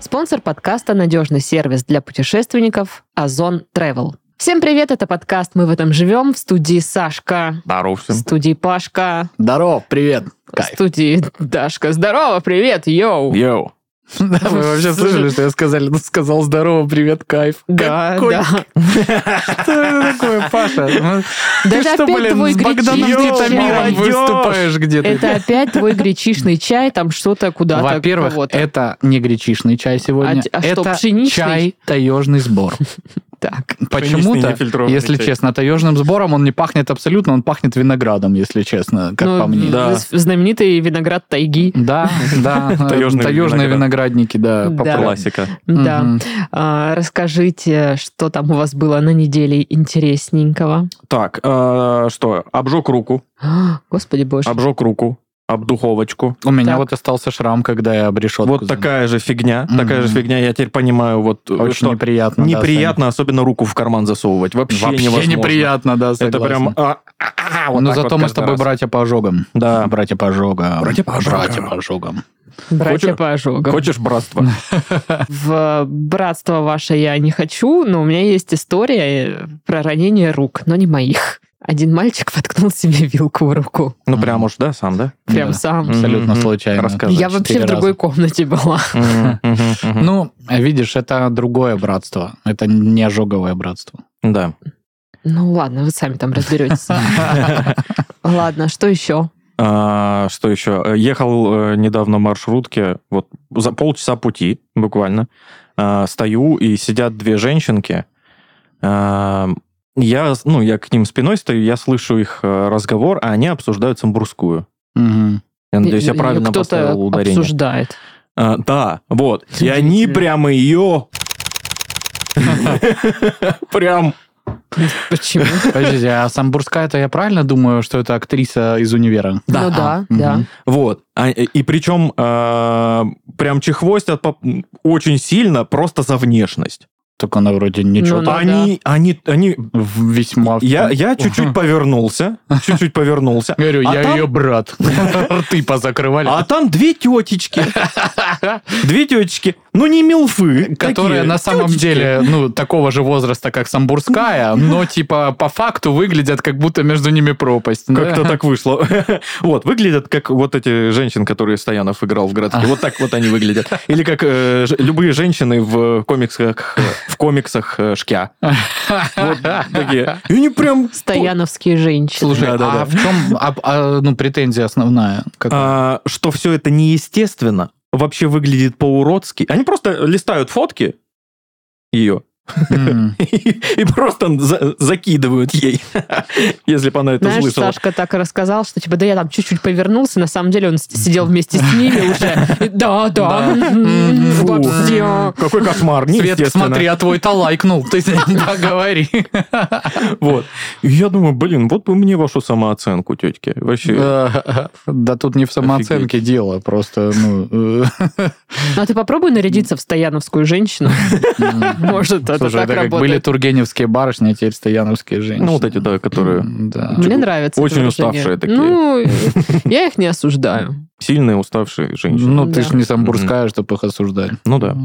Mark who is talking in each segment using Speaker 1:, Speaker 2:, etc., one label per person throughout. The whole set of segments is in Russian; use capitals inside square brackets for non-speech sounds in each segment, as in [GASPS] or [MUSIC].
Speaker 1: Спонсор подкаста – надежный сервис для путешественников «Озон Travel. Всем привет, это подкаст «Мы в этом живем» в студии Сашка,
Speaker 2: Здоров
Speaker 1: в
Speaker 2: всем.
Speaker 1: студии Пашка,
Speaker 3: Здорово, привет.
Speaker 1: в
Speaker 3: Кайф.
Speaker 1: студии Дашка. Здорово, привет, йоу!
Speaker 2: Йоу.
Speaker 3: Да, вы [LAUGHS] вообще слышали, что я сказали, сказал здорово, привет, кайф.
Speaker 1: Да,
Speaker 3: Какой-
Speaker 1: да.
Speaker 3: Что это такое, Паша? Ну,
Speaker 1: Да
Speaker 3: [LAUGHS] Ты
Speaker 1: это
Speaker 3: что,
Speaker 1: опять твой
Speaker 3: блин, с Богданом
Speaker 1: гречишный
Speaker 3: Титамиром
Speaker 1: чай.
Speaker 3: выступаешь где-то?
Speaker 1: Это опять твой гречишный чай, там что-то куда-то.
Speaker 3: Во-первых,
Speaker 1: кого-то.
Speaker 3: это не гречишный чай сегодня.
Speaker 1: А- а что,
Speaker 3: это
Speaker 1: пшеничный?
Speaker 3: чай таежный сбор.
Speaker 1: [LAUGHS] так.
Speaker 3: Почему-то,
Speaker 2: нефильтрованный
Speaker 3: если
Speaker 2: чай.
Speaker 3: честно, таежным сбором он не пахнет абсолютно, он пахнет виноградом, если честно, как
Speaker 1: Ну,
Speaker 3: по мне.
Speaker 2: да.
Speaker 1: з- Знаменитый виноград тайги.
Speaker 3: Да, да.
Speaker 2: [LAUGHS] Таежный
Speaker 3: Таежные
Speaker 2: виноград.
Speaker 3: виноградники, да.
Speaker 1: Да.
Speaker 3: поправ-
Speaker 2: Классика.
Speaker 1: Да.
Speaker 3: Мгм.
Speaker 1: А, расскажите, что там у вас было на неделе интересненького. [GASPS]
Speaker 2: Так, э, что? Обжег руку,
Speaker 1: А, Господи боже.
Speaker 2: обжег руку, обдуховочку.
Speaker 3: У меня
Speaker 1: Так.
Speaker 3: вот остался шрам, когда я об решетку
Speaker 2: Вот такая же фигня,
Speaker 3: Мгм.
Speaker 2: такая же фигня. Я теперь понимаю, вот э,
Speaker 3: Очень
Speaker 2: что
Speaker 3: неприятно. да,
Speaker 2: неприятно, особенно руку в карман засовывать.
Speaker 3: Сань.
Speaker 2: Вообще,
Speaker 3: Вообще
Speaker 2: невозможно.
Speaker 3: неприятно, да,
Speaker 2: Это
Speaker 3: согласен.
Speaker 2: прям... а, а, а, вот
Speaker 3: Но
Speaker 2: так
Speaker 3: зато
Speaker 2: вот
Speaker 3: мы с
Speaker 2: каждый
Speaker 3: тобой
Speaker 2: раз.
Speaker 3: братья по ожогам.
Speaker 2: Да.
Speaker 3: Братья по ожогам.
Speaker 2: Братья по ожогам.
Speaker 3: Братья по ожогам.
Speaker 1: Братья
Speaker 2: хочешь-
Speaker 1: по ожогам.
Speaker 2: Хочешь
Speaker 3: [LAUGHS]
Speaker 2: братство?
Speaker 1: В братство ваше я не хочу, но у меня есть история э, про ранение рук, но не моих. Один мальчик воткнул себе вилку в руку.
Speaker 2: Ну, прям уж, да, сам,
Speaker 3: [LAUGHS]
Speaker 2: да?
Speaker 1: Прям
Speaker 3: Да.
Speaker 1: сам.
Speaker 2: Мгм.
Speaker 3: Абсолютно случайно.
Speaker 2: Рассказывай.
Speaker 1: Я
Speaker 3: четыре
Speaker 1: вообще в другой
Speaker 3: раза.
Speaker 1: комнате была.
Speaker 2: Мгм, мгм, мгм.
Speaker 3: Ну, видишь, это другое братство. Это не ожоговое братство.
Speaker 2: Да.
Speaker 1: Ну ладно, вы сами там
Speaker 2: [LAUGHS]
Speaker 1: разберетесь.
Speaker 3: [LAUGHS]
Speaker 1: Ладно, что еще?
Speaker 2: А, Что еще? Э, Ехал э, недавно в маршрутке, вот за полчаса пути буквально. А, Стою, и сидят две женщинки. А, Я, ну, я к ним спиной стою, я слышу их э, разговор, а они обсуждают самбурскую.
Speaker 3: Мгм.
Speaker 2: Я надеюсь, я
Speaker 1: Её
Speaker 2: правильно
Speaker 1: Ну, кто-то
Speaker 2: поставил ударение.
Speaker 1: обсуждает.
Speaker 2: А, да, вот. И они прямо ее... Прям... [LAUGHS]
Speaker 1: Почему?
Speaker 3: Подождите, а Самбурская-то я правильно думаю, что это актриса из универа?
Speaker 1: Ну да, да.
Speaker 3: Мгм.
Speaker 2: Вот. А, э, И причем э, прям чехвостят по- очень сильно просто за внешность.
Speaker 3: Только она вроде
Speaker 1: Ну,
Speaker 3: ничего.
Speaker 1: да.
Speaker 3: так
Speaker 2: они, они, они...
Speaker 3: в- Весьма...
Speaker 2: Я, я чуть-чуть повернулся, чуть-чуть повернулся,
Speaker 3: Говорю,
Speaker 2: А
Speaker 3: я
Speaker 2: там- [LAUGHS]
Speaker 3: ее брат. Рты позакрывали.
Speaker 2: а там две тетечки. А
Speaker 3: [LAUGHS]
Speaker 2: Две тетечки. Ну, не милфы.
Speaker 3: Которая
Speaker 2: такие,
Speaker 3: на самом
Speaker 2: тетечки.
Speaker 3: деле, ну, такого же возраста, как Самбурская, но, типа, по факту выглядят, как будто между ними пропасть. Ну, э,
Speaker 2: Как-то
Speaker 3: Да.
Speaker 2: так вышло. [LAUGHS] Вот, выглядят как вот эти женщин, которые Стоянов играл в городке. Вот так вот они выглядят. Или как э, ж- любые женщины в комиксах, в комиксах э,
Speaker 3: [LAUGHS]
Speaker 2: Шкя. Вот такие. И они прям...
Speaker 1: Стояновские женщины.
Speaker 2: Да,
Speaker 3: Слушай,
Speaker 2: да,
Speaker 3: а
Speaker 2: да.
Speaker 3: в чем, а- а, ну, претензия основная? Как-
Speaker 2: а, что все это неестественно, вообще выглядит по-уродски. Они просто листают фотки ее
Speaker 3: М.
Speaker 2: и, [LAUGHS] и просто за- закидывают ей, [LAUGHS] если бы она это
Speaker 1: Знаешь,
Speaker 2: слышала.
Speaker 1: Сашка так рассказал, что типа, да я там чуть-чуть повернулся, на самом деле он с- сидел вместе с ними
Speaker 2: [LAUGHS]
Speaker 1: уже. И Да, да. [LAUGHS]
Speaker 3: Да.
Speaker 1: м,
Speaker 3: Фу.
Speaker 1: вообще.
Speaker 2: Какой кошмар,
Speaker 3: Свет,
Speaker 2: неестественно.
Speaker 3: смотри, а твой-то лайкнул. Ты да, говори.
Speaker 2: Вот. И я думаю, блин, вот бы мне вашу самооценку, тетки. Вообще.
Speaker 3: Э, Да тут не в самооценке дело, просто, ну... э,
Speaker 1: Ну а ты попробуй нарядиться в стояновскую женщину.
Speaker 3: м.
Speaker 1: [LAUGHS]
Speaker 3: [LAUGHS]
Speaker 1: Может, это
Speaker 3: Слушай,
Speaker 1: так
Speaker 3: это как были
Speaker 1: работает.
Speaker 3: тургеневские барышни, а теперь стояновские женщины.
Speaker 2: Ну, вот эти, да, которые типа,
Speaker 3: М, Да.
Speaker 1: Мне нравится. это
Speaker 2: Очень
Speaker 1: выражение.
Speaker 2: уставшие такие.
Speaker 1: Ну, я их не осуждаю.
Speaker 2: сильные, уставшие женщины.
Speaker 3: Ну,
Speaker 1: Да.
Speaker 3: ты ж не самбурская, чтобы их осуждать.
Speaker 2: Ну да.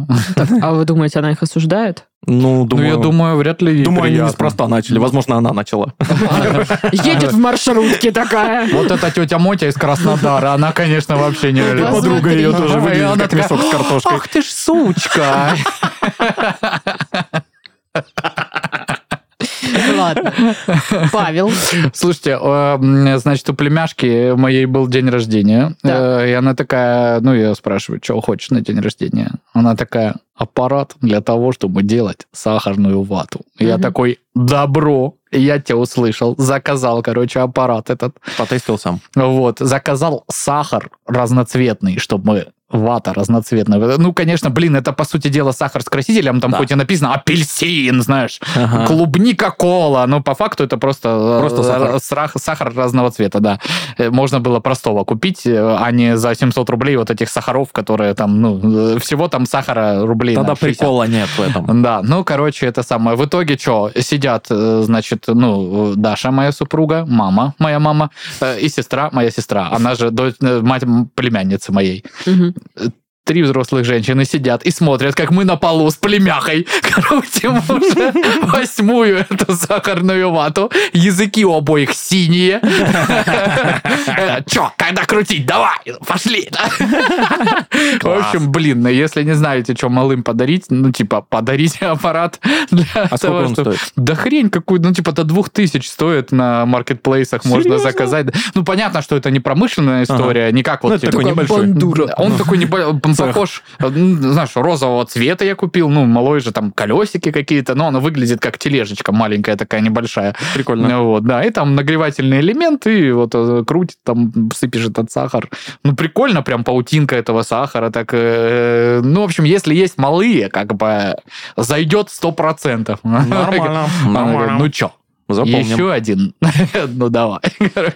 Speaker 1: А вы думаете, она их осуждает?
Speaker 2: Ну, думаю,
Speaker 3: Ну, я думаю, вряд ли ей
Speaker 2: думаю, они
Speaker 3: приятно.
Speaker 2: неспроста начали. Возможно, она начала.
Speaker 1: Едет в маршрутке такая.
Speaker 3: Вот эта тетя Мотя из Краснодара, она, конечно, вообще не
Speaker 2: И
Speaker 1: Посмотри.
Speaker 2: подруга ее тоже
Speaker 3: Ага, и
Speaker 2: выглядит
Speaker 3: она
Speaker 2: как мешок с картошкой.
Speaker 3: Ах ты ж сучка!
Speaker 1: Ладно. Павел.
Speaker 3: Слушайте, э, м, значит, у племяшки моей был день рождения.
Speaker 1: Да.
Speaker 3: Э, И она такая, ну, я спрашиваю, чего хочешь на день рождения? Она такая, аппарат для того, чтобы делать сахарную вату. Я
Speaker 1: Мгм.
Speaker 3: такой, добро, я тебя услышал. Заказал, короче, аппарат этот.
Speaker 2: Потестил сам.
Speaker 3: Вот, заказал сахар разноцветный, чтобы мы вата разноцветная. Ну, конечно, блин, это, по сути дела, сахар с красителем, там
Speaker 2: Да.
Speaker 3: хоть и написано апельсин, знаешь,
Speaker 2: Ага.
Speaker 3: клубника-кола, но по факту это просто, э,
Speaker 2: Просто сахар.
Speaker 3: э, срах- сахар разного цвета, да. Э, Можно было простого купить, э, а не за 700 рублей вот этих сахаров, которые там, ну, э, всего там сахара рублей
Speaker 2: Тогда
Speaker 3: на 60.
Speaker 2: прикола нет в этом.
Speaker 3: Да, ну, короче, это самое. В итоге что? Сидят, э, значит, ну, э, Даша, моя супруга, мама, моя мама, э, и сестра, моя сестра. Она же дочь, э, мать м, племянницы моей.
Speaker 1: Мгм.
Speaker 3: Три взрослых женщины сидят и смотрят, как мы на полу с племяхой крутим уже восьмую эту сахарную вату. Языки у обоих синие. Э, Чё, когда крутить? Давай, пошли. В
Speaker 2: Класс.
Speaker 3: общем, блин, ну, если не знаете, что малым подарить, ну, типа, подарите аппарат для
Speaker 2: А сколько
Speaker 3: того,
Speaker 2: он
Speaker 3: чтоб-
Speaker 2: стоит?
Speaker 3: да хрень какую, ну типа до двух тысяч стоит на маркетплейсах, можно
Speaker 2: Серьезно?
Speaker 3: заказать. Ну понятно, что это не промышленная история, не как вот...
Speaker 2: Ну, это
Speaker 3: типа,
Speaker 2: такой
Speaker 3: как
Speaker 2: небольшой.
Speaker 3: бандура. Он
Speaker 2: Ну.
Speaker 3: такой не похож, э, ну, знаешь, розового цвета я купил, ну малой же там колесики какие-то, но оно выглядит как тележечка маленькая такая небольшая.
Speaker 2: Прикольно.
Speaker 3: Ну Вот, да, и там нагревательный элемент, и вот э, крутит, там сыпешь этот сахар. Ну, прикольно, прям паутинка этого сахара. Так, э, ну, в общем, если есть малые, как бы зайдет 100%.
Speaker 2: Нормально.
Speaker 3: [LAUGHS] Она говорит,
Speaker 2: Нормально.
Speaker 3: Ну, чё,
Speaker 2: Запомним.
Speaker 3: еще один? [LAUGHS] Ну, давай.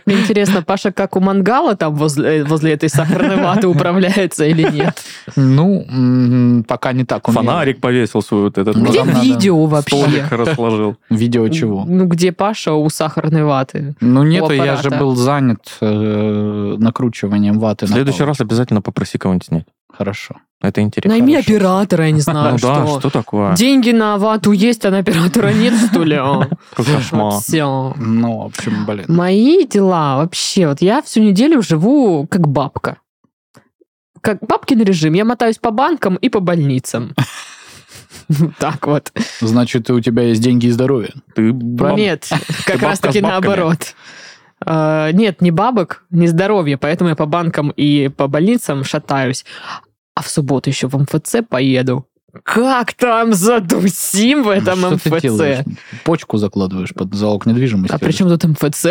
Speaker 1: Мне интересно, Паша как у мангала там возле, э, возле этой сахарной ваты управляется или нет?
Speaker 3: Ну, м, пока не так. у меня.
Speaker 2: Фонарик повесил свой вот этот.
Speaker 3: Ну,
Speaker 1: Где
Speaker 3: там надо
Speaker 1: видео вообще?
Speaker 2: Столик расложил.
Speaker 3: Видео чего?
Speaker 1: Ну, где Паша у сахарной ваты?
Speaker 3: Ну,
Speaker 1: У
Speaker 3: нету, я же
Speaker 1: аппарата.
Speaker 3: был занят э, накручиванием ваты.
Speaker 2: В
Speaker 3: на
Speaker 2: следующий
Speaker 3: пол.
Speaker 2: раз обязательно попроси кого-нибудь снять.
Speaker 3: Хорошо.
Speaker 2: Это интересно.
Speaker 1: Найми
Speaker 3: хорошо.
Speaker 1: оператора, я не
Speaker 2: Ну
Speaker 1: знаю,
Speaker 2: да, что такое?
Speaker 1: Деньги на вату есть, а на оператора нет, что ли?
Speaker 2: Какой Кошмар.
Speaker 1: Все.
Speaker 3: Ну, в общем, блин.
Speaker 1: Мои дела вообще. Вот я всю неделю живу как бабка. Как бабкин режим. Я мотаюсь по банкам и по больницам. Вот Так вот.
Speaker 3: Значит, у тебя есть деньги и здоровье.
Speaker 2: Ты баб-
Speaker 1: Нет, как
Speaker 2: бабка
Speaker 1: раз
Speaker 2: с
Speaker 1: таки
Speaker 2: бабками.
Speaker 1: наоборот. Э, Нет, не бабок, не здоровье, поэтому я по банкам и по больницам шатаюсь. А в субботу еще в МФЦ поеду. Как там задусим в
Speaker 2: Ну
Speaker 1: этом
Speaker 3: Что ты
Speaker 1: МФЦ?
Speaker 3: делаешь? Почку закладываешь под залог недвижимости.
Speaker 1: А при чем тут МФЦ?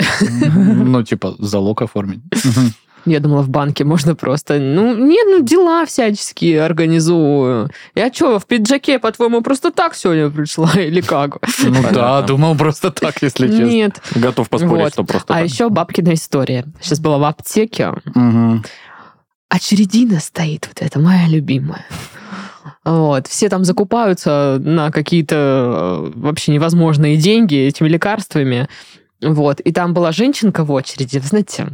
Speaker 3: Ну, типа, залог оформить. Мгм.
Speaker 1: Я думала, в банке можно просто... Ну, не, ну, дела всяческие организую. Я что, в пиджаке, по-твоему, просто так сегодня пришла [LAUGHS] или как?
Speaker 3: Ну да,
Speaker 2: Понятно.
Speaker 3: думал просто так, если честно.
Speaker 1: Нет.
Speaker 2: Готов поспорить,
Speaker 1: Вот.
Speaker 2: что просто
Speaker 1: А
Speaker 2: так.
Speaker 1: еще бабкина история. Сейчас была в аптеке.
Speaker 3: Мгм.
Speaker 1: Очередина стоит, вот это моя любимая. Вот. Все там закупаются на какие-то э, вообще невозможные деньги этими лекарствами. Вот. И там была женщинка в очереди, вы знаете,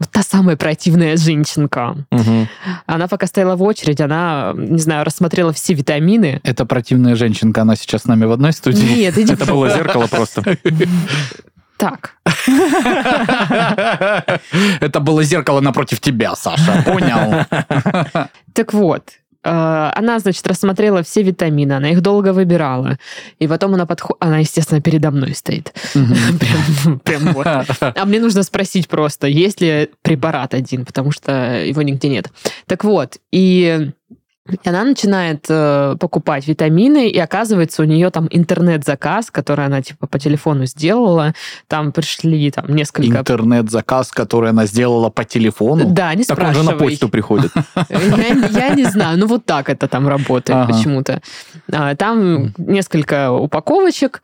Speaker 1: вот та самая противная женщинка.
Speaker 2: Мгм.
Speaker 1: Она пока стояла в очередь, она, не знаю, рассмотрела все витамины.
Speaker 3: Это противная женщинка, она сейчас с нами в одной студии.
Speaker 1: Нет, иди
Speaker 2: [LAUGHS] Это было
Speaker 1: [LAUGHS]
Speaker 2: зеркало просто.
Speaker 1: так.
Speaker 3: Это было зеркало напротив тебя, Саша. Понял?
Speaker 1: Так вот, э, она, значит, рассмотрела все витамины, она их долго выбирала. И потом она подходит... Она, естественно, передо мной стоит. Прям, прям вот. А мне нужно спросить просто, есть ли препарат один, потому что его нигде нет. Так вот, и она начинает э, покупать витамины, и оказывается, у нее там интернет-заказ, который она типа по телефону сделала. Там пришли там несколько
Speaker 3: Интернет-заказ, который она сделала по телефону.
Speaker 1: Да, не
Speaker 2: Так Ну, он же
Speaker 1: спрашивай.
Speaker 2: на почту приходит.
Speaker 1: [LAUGHS] Я, я не знаю, ну вот так это там работает
Speaker 3: Ага.
Speaker 1: почему-то. А, Там несколько упаковочек,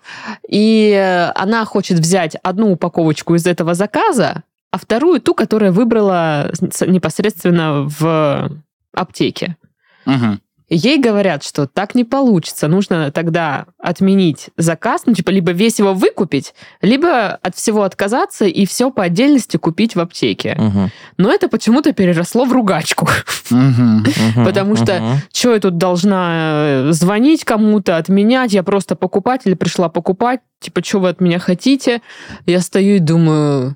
Speaker 1: и э, она хочет взять одну упаковочку из этого заказа, а вторую ту, которую выбрала с- непосредственно в аптеке.
Speaker 3: [LAUGHS] Мгм.
Speaker 1: Ей говорят, что так не получится, нужно тогда отменить заказ, ну типа либо весь его выкупить, либо от всего отказаться и все по отдельности купить в аптеке.
Speaker 2: Мгм.
Speaker 1: Но это почему-то переросло в ругачку.
Speaker 3: Мгм.
Speaker 2: Мгм.
Speaker 1: Потому что-
Speaker 2: Мгм.
Speaker 1: Че я тут должна э, звонить кому-то, отменять? Я просто покупатель, пришла покупать. Типа, что вы от меня хотите? Я стою и думаю,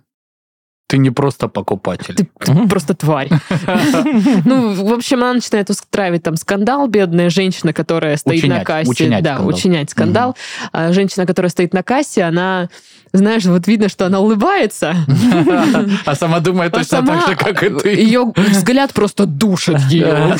Speaker 3: Ты не просто
Speaker 2: [LAUGHS]
Speaker 3: покупатель.
Speaker 1: ты, ты
Speaker 2: Мгм.
Speaker 1: просто тварь. [LAUGHS] Ну, в общем, она начинает устраивать там скандал. Бедная женщина, которая стоит на
Speaker 3: Учинять,
Speaker 1: кассе.
Speaker 3: учинять
Speaker 1: да,
Speaker 3: скандал.
Speaker 1: учинять скандал. А Женщина, которая стоит на кассе, она, знаешь, вот видно, что она
Speaker 3: [LAUGHS]
Speaker 1: улыбается.
Speaker 3: А сама думает
Speaker 1: а
Speaker 3: точно
Speaker 1: сама
Speaker 3: так же, как и ты.
Speaker 1: Ее взгляд просто душит
Speaker 3: [LAUGHS]
Speaker 1: ее. [LAUGHS]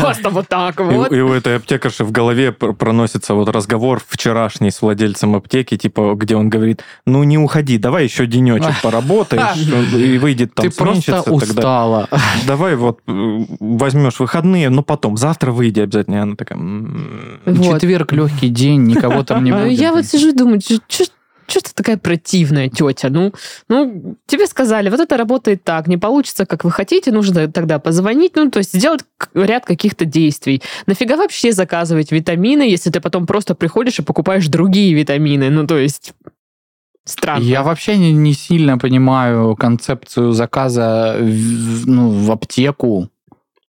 Speaker 1: Просто вот так
Speaker 2: И,
Speaker 1: вот.
Speaker 2: и у этой аптекарши в голове пр- проносится вот разговор
Speaker 3: [LAUGHS]
Speaker 2: вчерашний с владельцем аптеки, типа, где он говорит, ну не уходи, давай еще денечек поработаешь, и выйдет там
Speaker 3: Ты просто
Speaker 2: сменщица, тогда
Speaker 3: устала.
Speaker 2: [LAUGHS] давай вот э, возьмешь выходные, но потом, завтра выйди обязательно. И она такая... «М-м-м». «М,
Speaker 1: Вот.
Speaker 3: Четверг легкий день, никого там не
Speaker 1: А
Speaker 3: будет.
Speaker 1: Я вот сижу и думаю, что ты такая противная тетя? Ну, ну, тебе сказали, вот это работает так, не получится, как вы хотите, нужно тогда позвонить, ну, то есть сделать к- ряд каких-то действий. Нафига вообще заказывать витамины, если ты потом просто приходишь и покупаешь другие витамины? Ну, то есть странно.
Speaker 3: Я вообще не, не сильно понимаю концепцию заказа в, ну, в аптеку.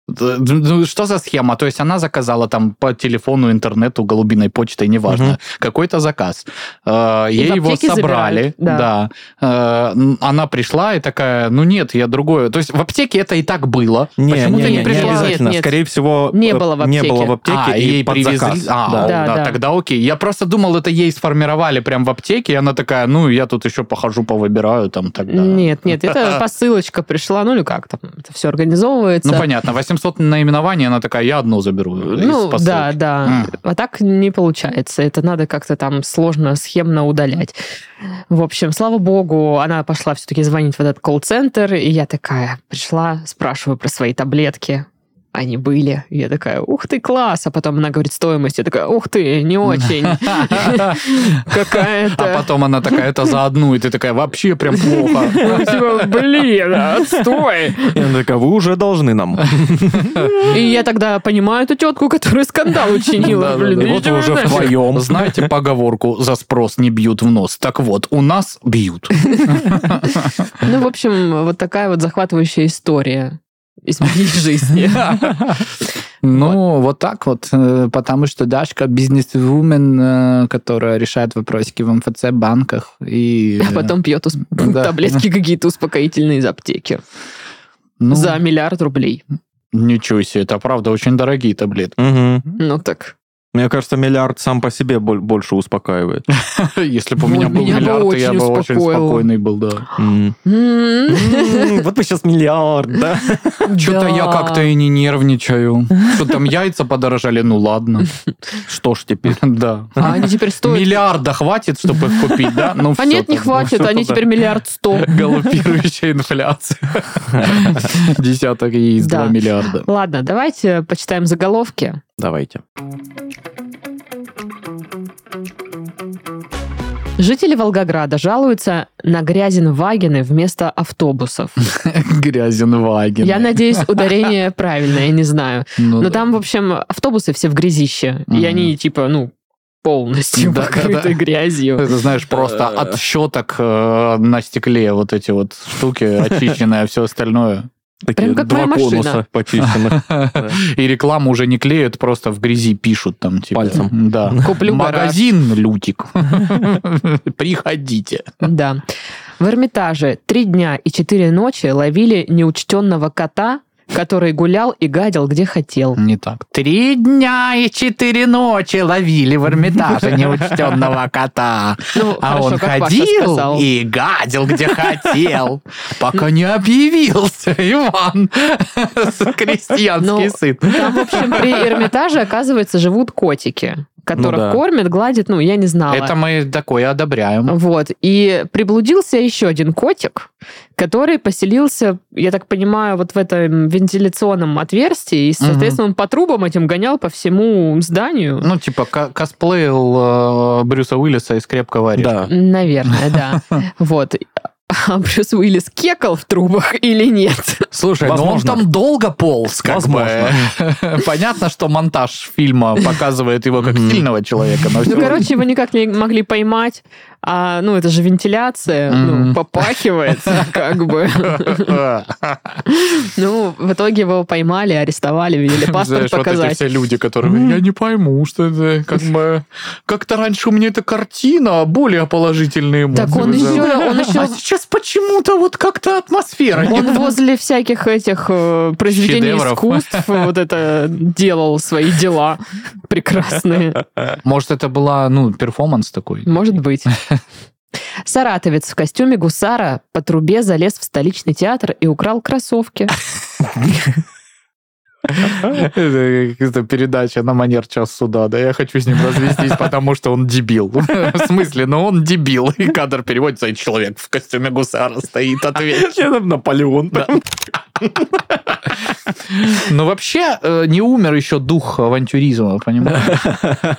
Speaker 3: Д- д- ну, Что за схема? То есть она заказала там по телефону, интернету, голубиной почтой, неважно,
Speaker 2: Мгм.
Speaker 3: какой-то заказ. Э, Ей
Speaker 1: в
Speaker 3: его
Speaker 1: аптеке
Speaker 3: собрали,
Speaker 1: забирают, да.
Speaker 3: да. Э, н- Она пришла и такая, ну нет, я другое. То есть в аптеке это и так было.
Speaker 2: Не,
Speaker 3: Почему
Speaker 2: не,
Speaker 3: ты
Speaker 2: не,
Speaker 3: не
Speaker 2: не
Speaker 3: пришла?
Speaker 2: обязательно.
Speaker 1: Нет, нет.
Speaker 2: Скорее всего,
Speaker 1: Не
Speaker 2: э,
Speaker 1: было в
Speaker 2: не
Speaker 1: аптеке.
Speaker 2: было в аптеке
Speaker 3: А,
Speaker 2: и
Speaker 3: и ей
Speaker 2: под
Speaker 3: привезли.
Speaker 2: заказ.
Speaker 3: А,
Speaker 2: Да.
Speaker 3: о,
Speaker 1: Да,
Speaker 3: да,
Speaker 1: да.
Speaker 3: тогда окей. Я просто думал, это ей сформировали прям в аптеке, и она такая, ну, я тут еще похожу, повыбираю там тогда.
Speaker 1: Нет, нет,
Speaker 3: [LAUGHS]
Speaker 1: это посылочка пришла, ну или как там, это все организовывается.
Speaker 3: Ну, понятно, 800 наименований, она такая, я одну заберу
Speaker 1: Ну,
Speaker 3: э, из
Speaker 1: да,
Speaker 3: посылки.
Speaker 1: да.
Speaker 3: М.
Speaker 1: А так не получается. Это надо как-то там сложно, схемно удалять. В общем, слава богу, она пошла все-таки звонить в этот колл-центр, и я такая пришла, спрашиваю про свои таблетки. Они были. И Я такая, ух ты, класс. А потом она говорит стоимость. Я такая, ух ты, не
Speaker 3: [LAUGHS]
Speaker 1: очень.
Speaker 3: А
Speaker 1: Какая-то...
Speaker 3: потом она такая, это за одну, и ты такая, вообще прям плохо.
Speaker 1: [LAUGHS] Типа, Блин, отстой.
Speaker 2: И она такая, вы уже должны нам.
Speaker 3: [LAUGHS]
Speaker 1: И я тогда понимаю эту тетку, которая
Speaker 3: [LAUGHS]
Speaker 1: скандал учинила.
Speaker 3: Да-да-да.
Speaker 1: Блин,
Speaker 2: Вот вы уже
Speaker 1: идите вы нафиг.
Speaker 2: вдвоем.
Speaker 3: Знаете поговорку «за спрос не бьют в нос»? Так вот, у нас бьют.
Speaker 1: Ну, в общем, вот такая вот захватывающая история из
Speaker 3: [LAUGHS]
Speaker 1: моей жизни. А
Speaker 3: Ну, вот так вот, э, потому что Дашка бизнес-вумен, э, которая решает вопросики в МФЦ, банках [LAUGHS] и...
Speaker 1: А потом пьет усп-
Speaker 3: Да.
Speaker 1: таблетки какие-то успокоительные из аптеки
Speaker 3: Ну,
Speaker 1: за миллиард рублей.
Speaker 3: Ничего себе, это правда очень дорогие таблетки. [LAUGHS]
Speaker 2: Мгм.
Speaker 1: Ну так.
Speaker 2: Мне кажется, миллиард сам по себе боль- больше
Speaker 3: [LAUGHS]
Speaker 2: успокаивает.
Speaker 3: Если бы у
Speaker 1: Ой,
Speaker 3: меня был
Speaker 1: меня бы
Speaker 3: миллиард, то я
Speaker 1: очень
Speaker 3: бы очень
Speaker 1: успокоило.
Speaker 3: спокойный был, да. [LAUGHS]
Speaker 2: М.
Speaker 1: М,
Speaker 2: М, Вот бы сейчас миллиард, да?
Speaker 3: Что-то
Speaker 1: да.
Speaker 3: я как-то и
Speaker 1: [LAUGHS]
Speaker 3: не нервничаю. Что там яйца подорожали, ну ладно.
Speaker 2: Что ж теперь?
Speaker 3: [LAUGHS] Да.
Speaker 1: А они теперь стоят...
Speaker 3: Миллиарда хватит, чтобы их купить, да? Ну,
Speaker 1: [LAUGHS] А
Speaker 3: всё
Speaker 1: нет, не
Speaker 3: тогда.
Speaker 1: хватит,
Speaker 2: всё
Speaker 1: они
Speaker 2: тогда.
Speaker 3: [LAUGHS]
Speaker 1: теперь миллиард сто.
Speaker 3: Галопирующая [LAUGHS] инфляция. Десяток яиц,
Speaker 1: Да.
Speaker 3: 2 миллиарда.
Speaker 1: Ладно, давайте почитаем заголовки.
Speaker 2: Давайте.
Speaker 1: Жители Волгограда жалуются на грязин вагины вместо автобусов.
Speaker 3: [LAUGHS] Грязен Вагин.
Speaker 1: Я надеюсь,
Speaker 3: [LAUGHS]
Speaker 1: ударение правильное, я не знаю.
Speaker 3: Ну,
Speaker 1: Но
Speaker 3: да.
Speaker 1: там, в общем, автобусы все в грязище. И
Speaker 3: Мгм.
Speaker 1: они, типа, ну, полностью
Speaker 3: [LAUGHS] Да, да,
Speaker 1: [LAUGHS] покрыты
Speaker 3: да. [LAUGHS]
Speaker 1: грязью.
Speaker 3: Это, знаешь, просто
Speaker 2: Э.
Speaker 3: отщеток э, на стекле вот эти вот
Speaker 1: [LAUGHS]
Speaker 3: штуки очищенные, а все остальное.
Speaker 2: Такие
Speaker 1: как
Speaker 2: два
Speaker 1: моя машина.
Speaker 2: конуса почищенных. Да.
Speaker 3: И рекламу уже не клеят, просто в грязи пишут там. Типа.
Speaker 2: Пальцем.
Speaker 3: Да.
Speaker 1: Куплю гараж.
Speaker 3: Магазин Лютик. [LAUGHS] Приходите.
Speaker 1: Да. В Эрмитаже три дня и четыре ночи ловили неучтенного кота, который гулял и гадил, где хотел.
Speaker 3: Не так. Три дня и четыре ночи ловили в Эрмитаже неучтенного кота.
Speaker 1: Ну,
Speaker 3: А
Speaker 1: хорошо,
Speaker 3: он
Speaker 1: как Паша
Speaker 3: ходил
Speaker 1: сказал.
Speaker 3: и [LAUGHS] гадил, где хотел, пока не объявился Иван,
Speaker 1: Ну,
Speaker 3: крестьянский сын.
Speaker 1: Там, в общем, при Эрмитаже, оказывается, живут котики, которых
Speaker 2: да.
Speaker 1: кормят, гладят, ну, я не знала.
Speaker 3: Это мы такое одобряем.
Speaker 1: Вот. И приблудился еще один котик, который поселился, я так понимаю, вот в этом вентиляционном отверстии. И, соответственно, он по трубам этим гонял по всему зданию.
Speaker 3: Ну, типа, ка- косплеил э, Брюса Уиллиса из «Крепкого орешка».
Speaker 2: Да.
Speaker 1: Наверное,
Speaker 3: [LAUGHS]
Speaker 1: да. Вот. А Брюс Уиллис кекал в трубах или нет?
Speaker 3: Слушай,
Speaker 2: ну он там
Speaker 3: долго полз,
Speaker 2: как
Speaker 3: [LAUGHS] Понятно, что монтаж фильма показывает его как
Speaker 2: Мгм.
Speaker 3: сильного человека. но
Speaker 1: Ну,
Speaker 3: всё равно.
Speaker 1: короче, его никак не могли поймать. А, ну, это же вентиляция, ну,
Speaker 3: Мгм.
Speaker 1: попахивает, [LAUGHS] как бы.
Speaker 3: [LAUGHS]
Speaker 1: Ну, в итоге его поймали, арестовали, велели паспорт
Speaker 3: Знаешь, вот эти
Speaker 1: показать.
Speaker 3: все люди, которые... Я не пойму, что это как бы... Как-то раньше у меня эта картина а более положительные эмоции.
Speaker 1: Так он
Speaker 3: вызывала.
Speaker 1: еще- он еще-
Speaker 3: А сейчас почему-то вот как-то атмосфера. не
Speaker 1: Он возле всяких этих э, произведений
Speaker 3: Шедевров.
Speaker 1: искусств э, вот это делал свои дела прекрасные.
Speaker 3: та. Может, это была, ну, перформанс такой?
Speaker 1: Может быть. Саратовец в костюме гусара по трубе залез в столичный театр и украл кроссовки.
Speaker 3: Это какая-то передача на манер час суда. Да я хочу с ним развестись, потому что он дебил. В смысле, ну он дебил. И кадр переводится, и человек в костюме гусара стоит, ответ.
Speaker 2: Наполеон.
Speaker 3: Но вообще э, не умер еще дух авантюризма, понимаешь?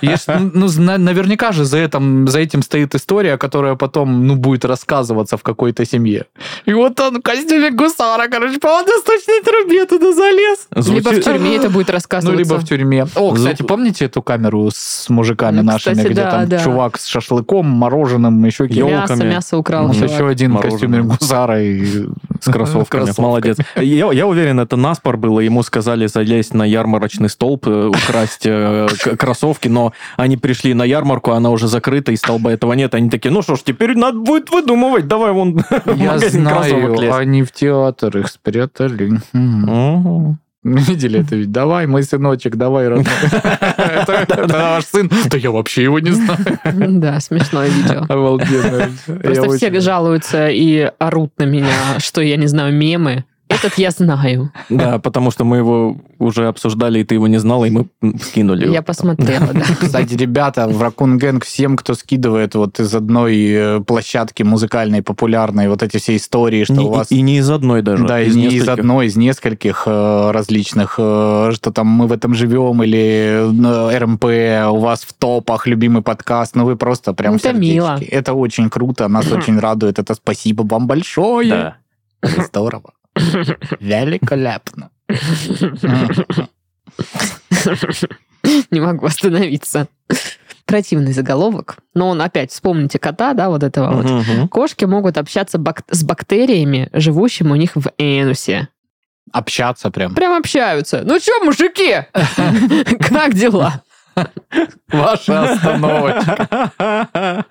Speaker 1: [LAUGHS]
Speaker 3: Есть, ну, зна- наверняка же за этим, за этим стоит история, которая потом ну, будет рассказываться в какой-то семье. И вот он в костюме гусара, короче, по водосточной трубе туда залез.
Speaker 1: Либо в тюрьме это будет
Speaker 3: Ну,
Speaker 1: рассказываться.
Speaker 3: либо в тюрьме. О,
Speaker 2: Зву-
Speaker 3: кстати, помните эту камеру с мужиками
Speaker 1: Ну,
Speaker 3: нашими,
Speaker 1: кстати,
Speaker 3: где
Speaker 1: да,
Speaker 3: там
Speaker 1: да.
Speaker 3: чувак с шашлыком, мороженым, еще
Speaker 2: Ёлками.
Speaker 3: какие-то...
Speaker 1: Мясо, мясо
Speaker 3: У
Speaker 1: украл.
Speaker 3: нас
Speaker 1: чувак.
Speaker 3: еще один
Speaker 2: Мороженое.
Speaker 3: костюмер
Speaker 1: [LAUGHS]
Speaker 3: гусара и...
Speaker 2: С кроссовками.
Speaker 3: Кроссовка.
Speaker 2: Молодец. Я, я уверен, это наспор был, и ему сказали залезть на ярмарочный столб, э, украсть э, к- кроссовки, но они пришли на ярмарку, она уже закрыта, и столба этого нет. Они такие, ну что ж, теперь надо будет выдумывать, давай вон в
Speaker 3: Я
Speaker 2: магазин кроссовок
Speaker 3: знаю,
Speaker 2: лезть.
Speaker 3: они в театр их спрятали. М.
Speaker 2: Мгм.
Speaker 3: Ну, Видели это ведь? Давай, мой сыночек, давай, родной. Это это ваш сын. Да я вообще его не знаю.
Speaker 1: Да, смешное видео.
Speaker 3: Обалденно. [LAUGHS]
Speaker 1: Просто
Speaker 3: Я
Speaker 1: все
Speaker 3: очень-
Speaker 1: жалуются и орут на меня, что я не знаю мемы. Этот я знаю.
Speaker 2: Да, потому что мы его уже обсуждали, и ты его не знала, и мы скинули. его.
Speaker 1: Я посмотрела, да.
Speaker 3: Кстати, ребята, в Ракун Гэнг всем, кто скидывает вот из одной э, площадки музыкальной, популярной, вот эти все истории, что
Speaker 2: Не-
Speaker 3: у вас...
Speaker 2: И не из одной даже.
Speaker 3: Да, и не из
Speaker 2: нескольких.
Speaker 3: одной, из нескольких э, различных, э, что там мы в этом живем, или э, РМП, у вас в топах любимый подкаст, ну вы просто прям
Speaker 1: Ну, это
Speaker 3: сердечки.
Speaker 1: мило.
Speaker 3: Это очень круто, нас очень радует, это спасибо вам большое.
Speaker 2: Да.
Speaker 3: Здорово. Великолепно.
Speaker 1: Не могу остановиться. Противный заголовок. Но он опять, вспомните кота, да, вот этого вот.
Speaker 2: Мгм.
Speaker 1: Кошки могут общаться бак- с бактериями, живущими у них в энусе.
Speaker 3: Общаться прям.
Speaker 1: Прям общаются. Ну чё, мужики? [LAUGHS] Как дела?
Speaker 3: Ваша остановочка.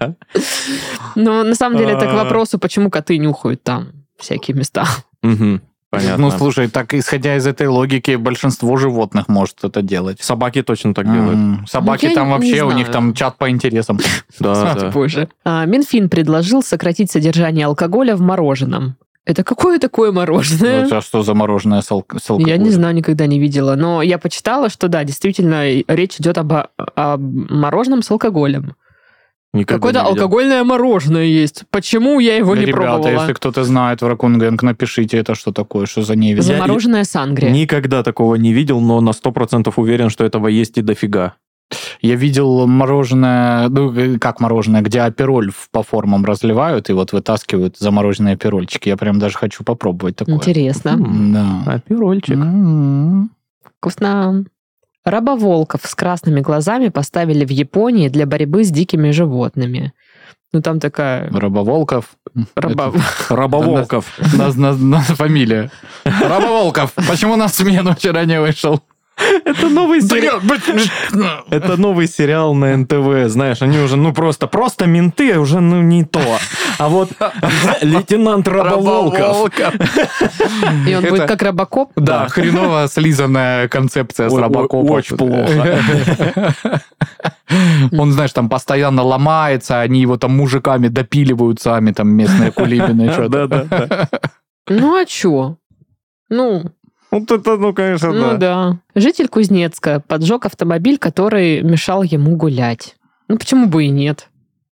Speaker 1: Ну, на самом деле, это к
Speaker 2: А.
Speaker 1: вопросу, почему коты нюхают там всякие места. [LAUGHS]
Speaker 2: Мгм. Понятно.
Speaker 3: Ну, слушай, так исходя из этой логики, большинство животных может это делать.
Speaker 2: Собаки точно так делают.
Speaker 3: М, Собаки
Speaker 1: Ну, я
Speaker 3: там
Speaker 1: не- не
Speaker 3: вообще, у
Speaker 1: знаю.
Speaker 3: них там чат
Speaker 1: [LAUGHS]
Speaker 3: по интересам.
Speaker 2: Да, да.
Speaker 1: Боже. А, Минфин предложил сократить содержание алкоголя в мороженом. Это какое такое
Speaker 2: Ну,
Speaker 1: мороженое?
Speaker 3: Вот, А что за мороженое с алк- с
Speaker 1: Я
Speaker 3: алкоголем?
Speaker 1: не знаю, никогда не видела. Но я почитала, что да, действительно, и речь идет об, о мороженом с алкоголем.
Speaker 2: Никогда
Speaker 1: Какое-то
Speaker 2: не видел.
Speaker 1: алкогольное мороженое есть. Почему я его не
Speaker 3: Ребята,
Speaker 1: пробовала?
Speaker 3: если кто-то знает в Ракунгенг, напишите, это что такое, что за невесть.
Speaker 2: Я-
Speaker 1: Замороженное сангрия.
Speaker 2: Никогда такого не видел, но на 100% уверен, что этого есть и дофига.
Speaker 3: Я видел мороженое, ну, как мороженое, где апероль в- по формам разливают и вот вытаскивают замороженные аперольчики. Я прям даже хочу попробовать такое.
Speaker 1: Интересно.
Speaker 2: М,
Speaker 3: Да.
Speaker 2: Пирольчик.
Speaker 3: М.
Speaker 2: М-м-м.
Speaker 1: Вкусно. Рабоволков с красными глазами поставили в Японии для борьбы с дикими животными. Ну, там такая
Speaker 3: Рабоволков.
Speaker 1: раба...
Speaker 2: Рабоволков.
Speaker 3: Это нас- нас- нас фамилия. Рабоволков. Почему на смену вчера не вышел?
Speaker 2: Это новый ну
Speaker 3: Да,
Speaker 2: Это новый сериал на НТВ, знаешь, они уже, ну просто, просто менты уже, ну не то. А вот [LAUGHS] лейтенант Рабоволков.
Speaker 1: И он
Speaker 3: Это-
Speaker 1: будет как робокоп.
Speaker 3: Да, хреново слизанная концепция с
Speaker 2: Ой, ой,
Speaker 3: Робокопом.
Speaker 2: очень плохо.
Speaker 3: Он, знаешь, там постоянно ломается, они его там мужиками допиливают сами, там местные кулибины.
Speaker 2: Да,
Speaker 3: что-то.
Speaker 2: да, да.
Speaker 1: Ну, а чё? Ну,
Speaker 2: Вот это, ну, конечно,
Speaker 1: Ну да. Житель Кузнецка поджег автомобиль, который мешал ему гулять. Ну почему бы и нет?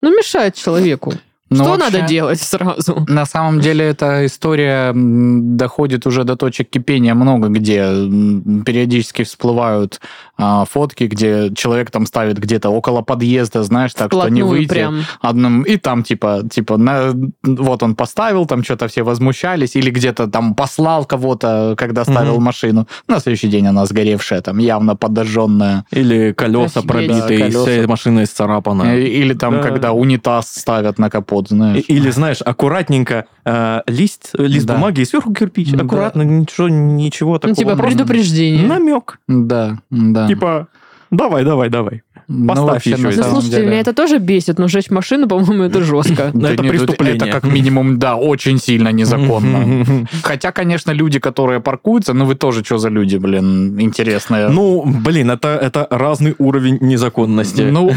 Speaker 1: Ну мешает человеку.
Speaker 3: Ну,
Speaker 1: Что
Speaker 3: вообще,
Speaker 1: надо делать сразу?
Speaker 3: На самом деле эта история м, доходит уже до точек кипения много где. М, Периодически всплывают а, фотки, где человек там ставит где-то около подъезда, знаешь, так что не
Speaker 1: Вплотную
Speaker 3: выйти.
Speaker 1: прям. Ну,
Speaker 3: одном, и там типа, типа, на, вот он поставил, там что-то все возмущались, или где-то там послал кого-то, когда ставил
Speaker 2: Мгм.
Speaker 3: машину. На следующий день она сгоревшая, там явно подожженная.
Speaker 2: Или колеса
Speaker 1: Офигеть.
Speaker 2: пробитые,
Speaker 3: Да,
Speaker 2: и вся
Speaker 3: колеса.
Speaker 2: машина исцарапана.
Speaker 3: Э, Или там,
Speaker 2: Да.
Speaker 3: когда унитаз ставят на капот,
Speaker 2: И-
Speaker 3: знаешь.
Speaker 2: Или, знаешь, аккуратненько э, лист, лист
Speaker 3: Да.
Speaker 2: бумаги и сверху кирпич.
Speaker 3: Да.
Speaker 2: Аккуратно, ничего, ничего
Speaker 1: Ну
Speaker 2: такого.
Speaker 1: типа
Speaker 2: прям
Speaker 1: предупреждение.
Speaker 2: Намек.
Speaker 3: Да, да.
Speaker 2: Типа, Давай, давай, давай.
Speaker 3: Ну,
Speaker 2: Поставь
Speaker 3: вообще,
Speaker 2: еще
Speaker 3: на
Speaker 2: это.
Speaker 1: Ну,
Speaker 3: самом
Speaker 1: слушайте,
Speaker 3: деле.
Speaker 1: меня это тоже бесит, но жечь машину, по-моему, это
Speaker 3: [LAUGHS]
Speaker 1: жестко.
Speaker 2: Ну,
Speaker 3: Да
Speaker 2: это
Speaker 3: нет,
Speaker 2: преступление.
Speaker 3: Это как минимум, да, очень сильно незаконно.
Speaker 2: [LAUGHS]
Speaker 3: Хотя, конечно, люди, которые паркуются, ну вы тоже что за люди, блин, интересные.
Speaker 2: Ну, блин, это, это разный уровень незаконности. [LAUGHS]
Speaker 3: Ну,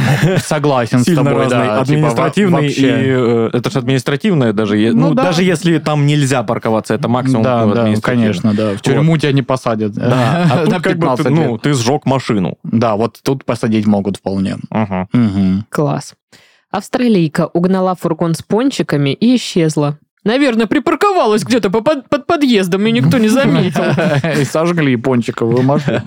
Speaker 3: согласен с
Speaker 2: Сильно
Speaker 3: тобой,
Speaker 2: разный.
Speaker 3: да. типа, во-
Speaker 2: административный и...
Speaker 3: вообще.
Speaker 2: э, это же административное даже. е- Ну,
Speaker 3: Ну, да.
Speaker 2: даже если там нельзя парковаться, это максимум
Speaker 3: Да,
Speaker 2: ну,
Speaker 3: да,
Speaker 2: административное.
Speaker 3: конечно, да. В тюрьму тебя не посадят.
Speaker 2: Да,
Speaker 3: [LAUGHS]
Speaker 2: а
Speaker 3: на
Speaker 2: тут как бы
Speaker 3: 15
Speaker 2: ты,
Speaker 3: лет.
Speaker 2: ну, ты сжег машину.
Speaker 3: Да, вот тут посадить могут вполне.
Speaker 2: Ага. [LAUGHS]
Speaker 3: Мгм.
Speaker 1: Класс. Австралийка угнала фургон с пончиками и исчезла. Наверное, припарковалась где-то по- под, под подъездом, и никто не заметил.
Speaker 3: [LAUGHS] И сожгли пончиковую машину.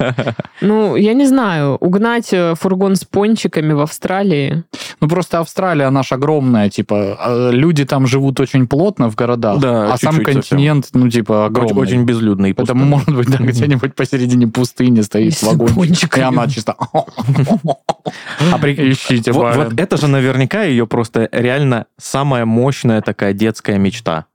Speaker 1: Ну, я не знаю, угнать э, фургон с пончиками в Австралии.
Speaker 3: Ну, просто Австралия, она ж огромная, типа, э, люди там живут очень плотно в городах,
Speaker 2: Да,
Speaker 3: а сам
Speaker 2: чуть-чуть
Speaker 3: континент, ну, типа, огромный.
Speaker 2: Очень безлюдный. и
Speaker 3: Поэтому,
Speaker 2: пустой.
Speaker 3: может быть, да,
Speaker 2: Мгм.
Speaker 3: где-нибудь посередине пустыни стоит
Speaker 1: С
Speaker 3: вагончик, и
Speaker 1: пончиками.
Speaker 3: она чисто... [LAUGHS]
Speaker 2: А прикинь,
Speaker 3: Ищите,
Speaker 2: Вот,
Speaker 3: барин.
Speaker 2: вот это же наверняка ее просто реально самая мощная такая детская мечта.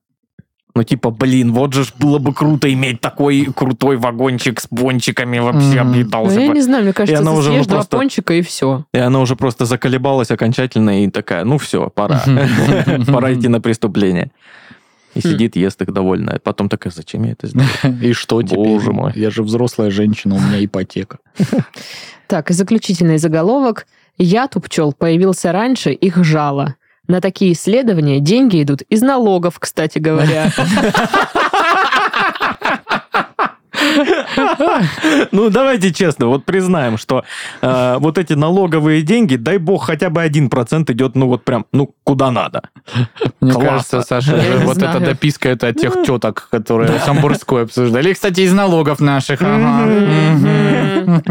Speaker 2: Ну, типа, блин, вот же ж было бы круто иметь такой крутой вагончик с пончиками вообще
Speaker 3: Мгм.
Speaker 1: Ну,
Speaker 2: облетался
Speaker 1: я
Speaker 2: бы.
Speaker 1: не знаю, мне кажется,
Speaker 2: она
Speaker 1: ты
Speaker 2: уже, ну,
Speaker 1: съешь два
Speaker 2: просто-
Speaker 1: пончика и все.
Speaker 2: И она уже просто заколебалась окончательно и такая, ну все, пора. [LAUGHS] Пора идти на преступление. И
Speaker 1: Хм.
Speaker 2: сидит, ест их довольно. Потом такая, зачем я это сделал?
Speaker 3: [LAUGHS] И что теперь?
Speaker 2: Боже мой.
Speaker 3: Я же взрослая женщина, у меня ипотека.
Speaker 1: Так, и заключительный заголовок. Яд у пчел появился раньше их жало. На такие исследования деньги идут из налогов, кстати говоря.
Speaker 2: [LAUGHS] Ну, давайте честно, вот признаем, что э, вот эти налоговые деньги, дай бог, хотя бы 1% идет, ну, вот прям, ну, куда надо.
Speaker 3: Мне
Speaker 2: Классно.
Speaker 3: кажется, Саша,
Speaker 1: Я не
Speaker 3: вот эта
Speaker 1: знаю.
Speaker 3: дописка это от тех теток, которые Самбурской обсуждали. И, кстати, из налогов наших. ага.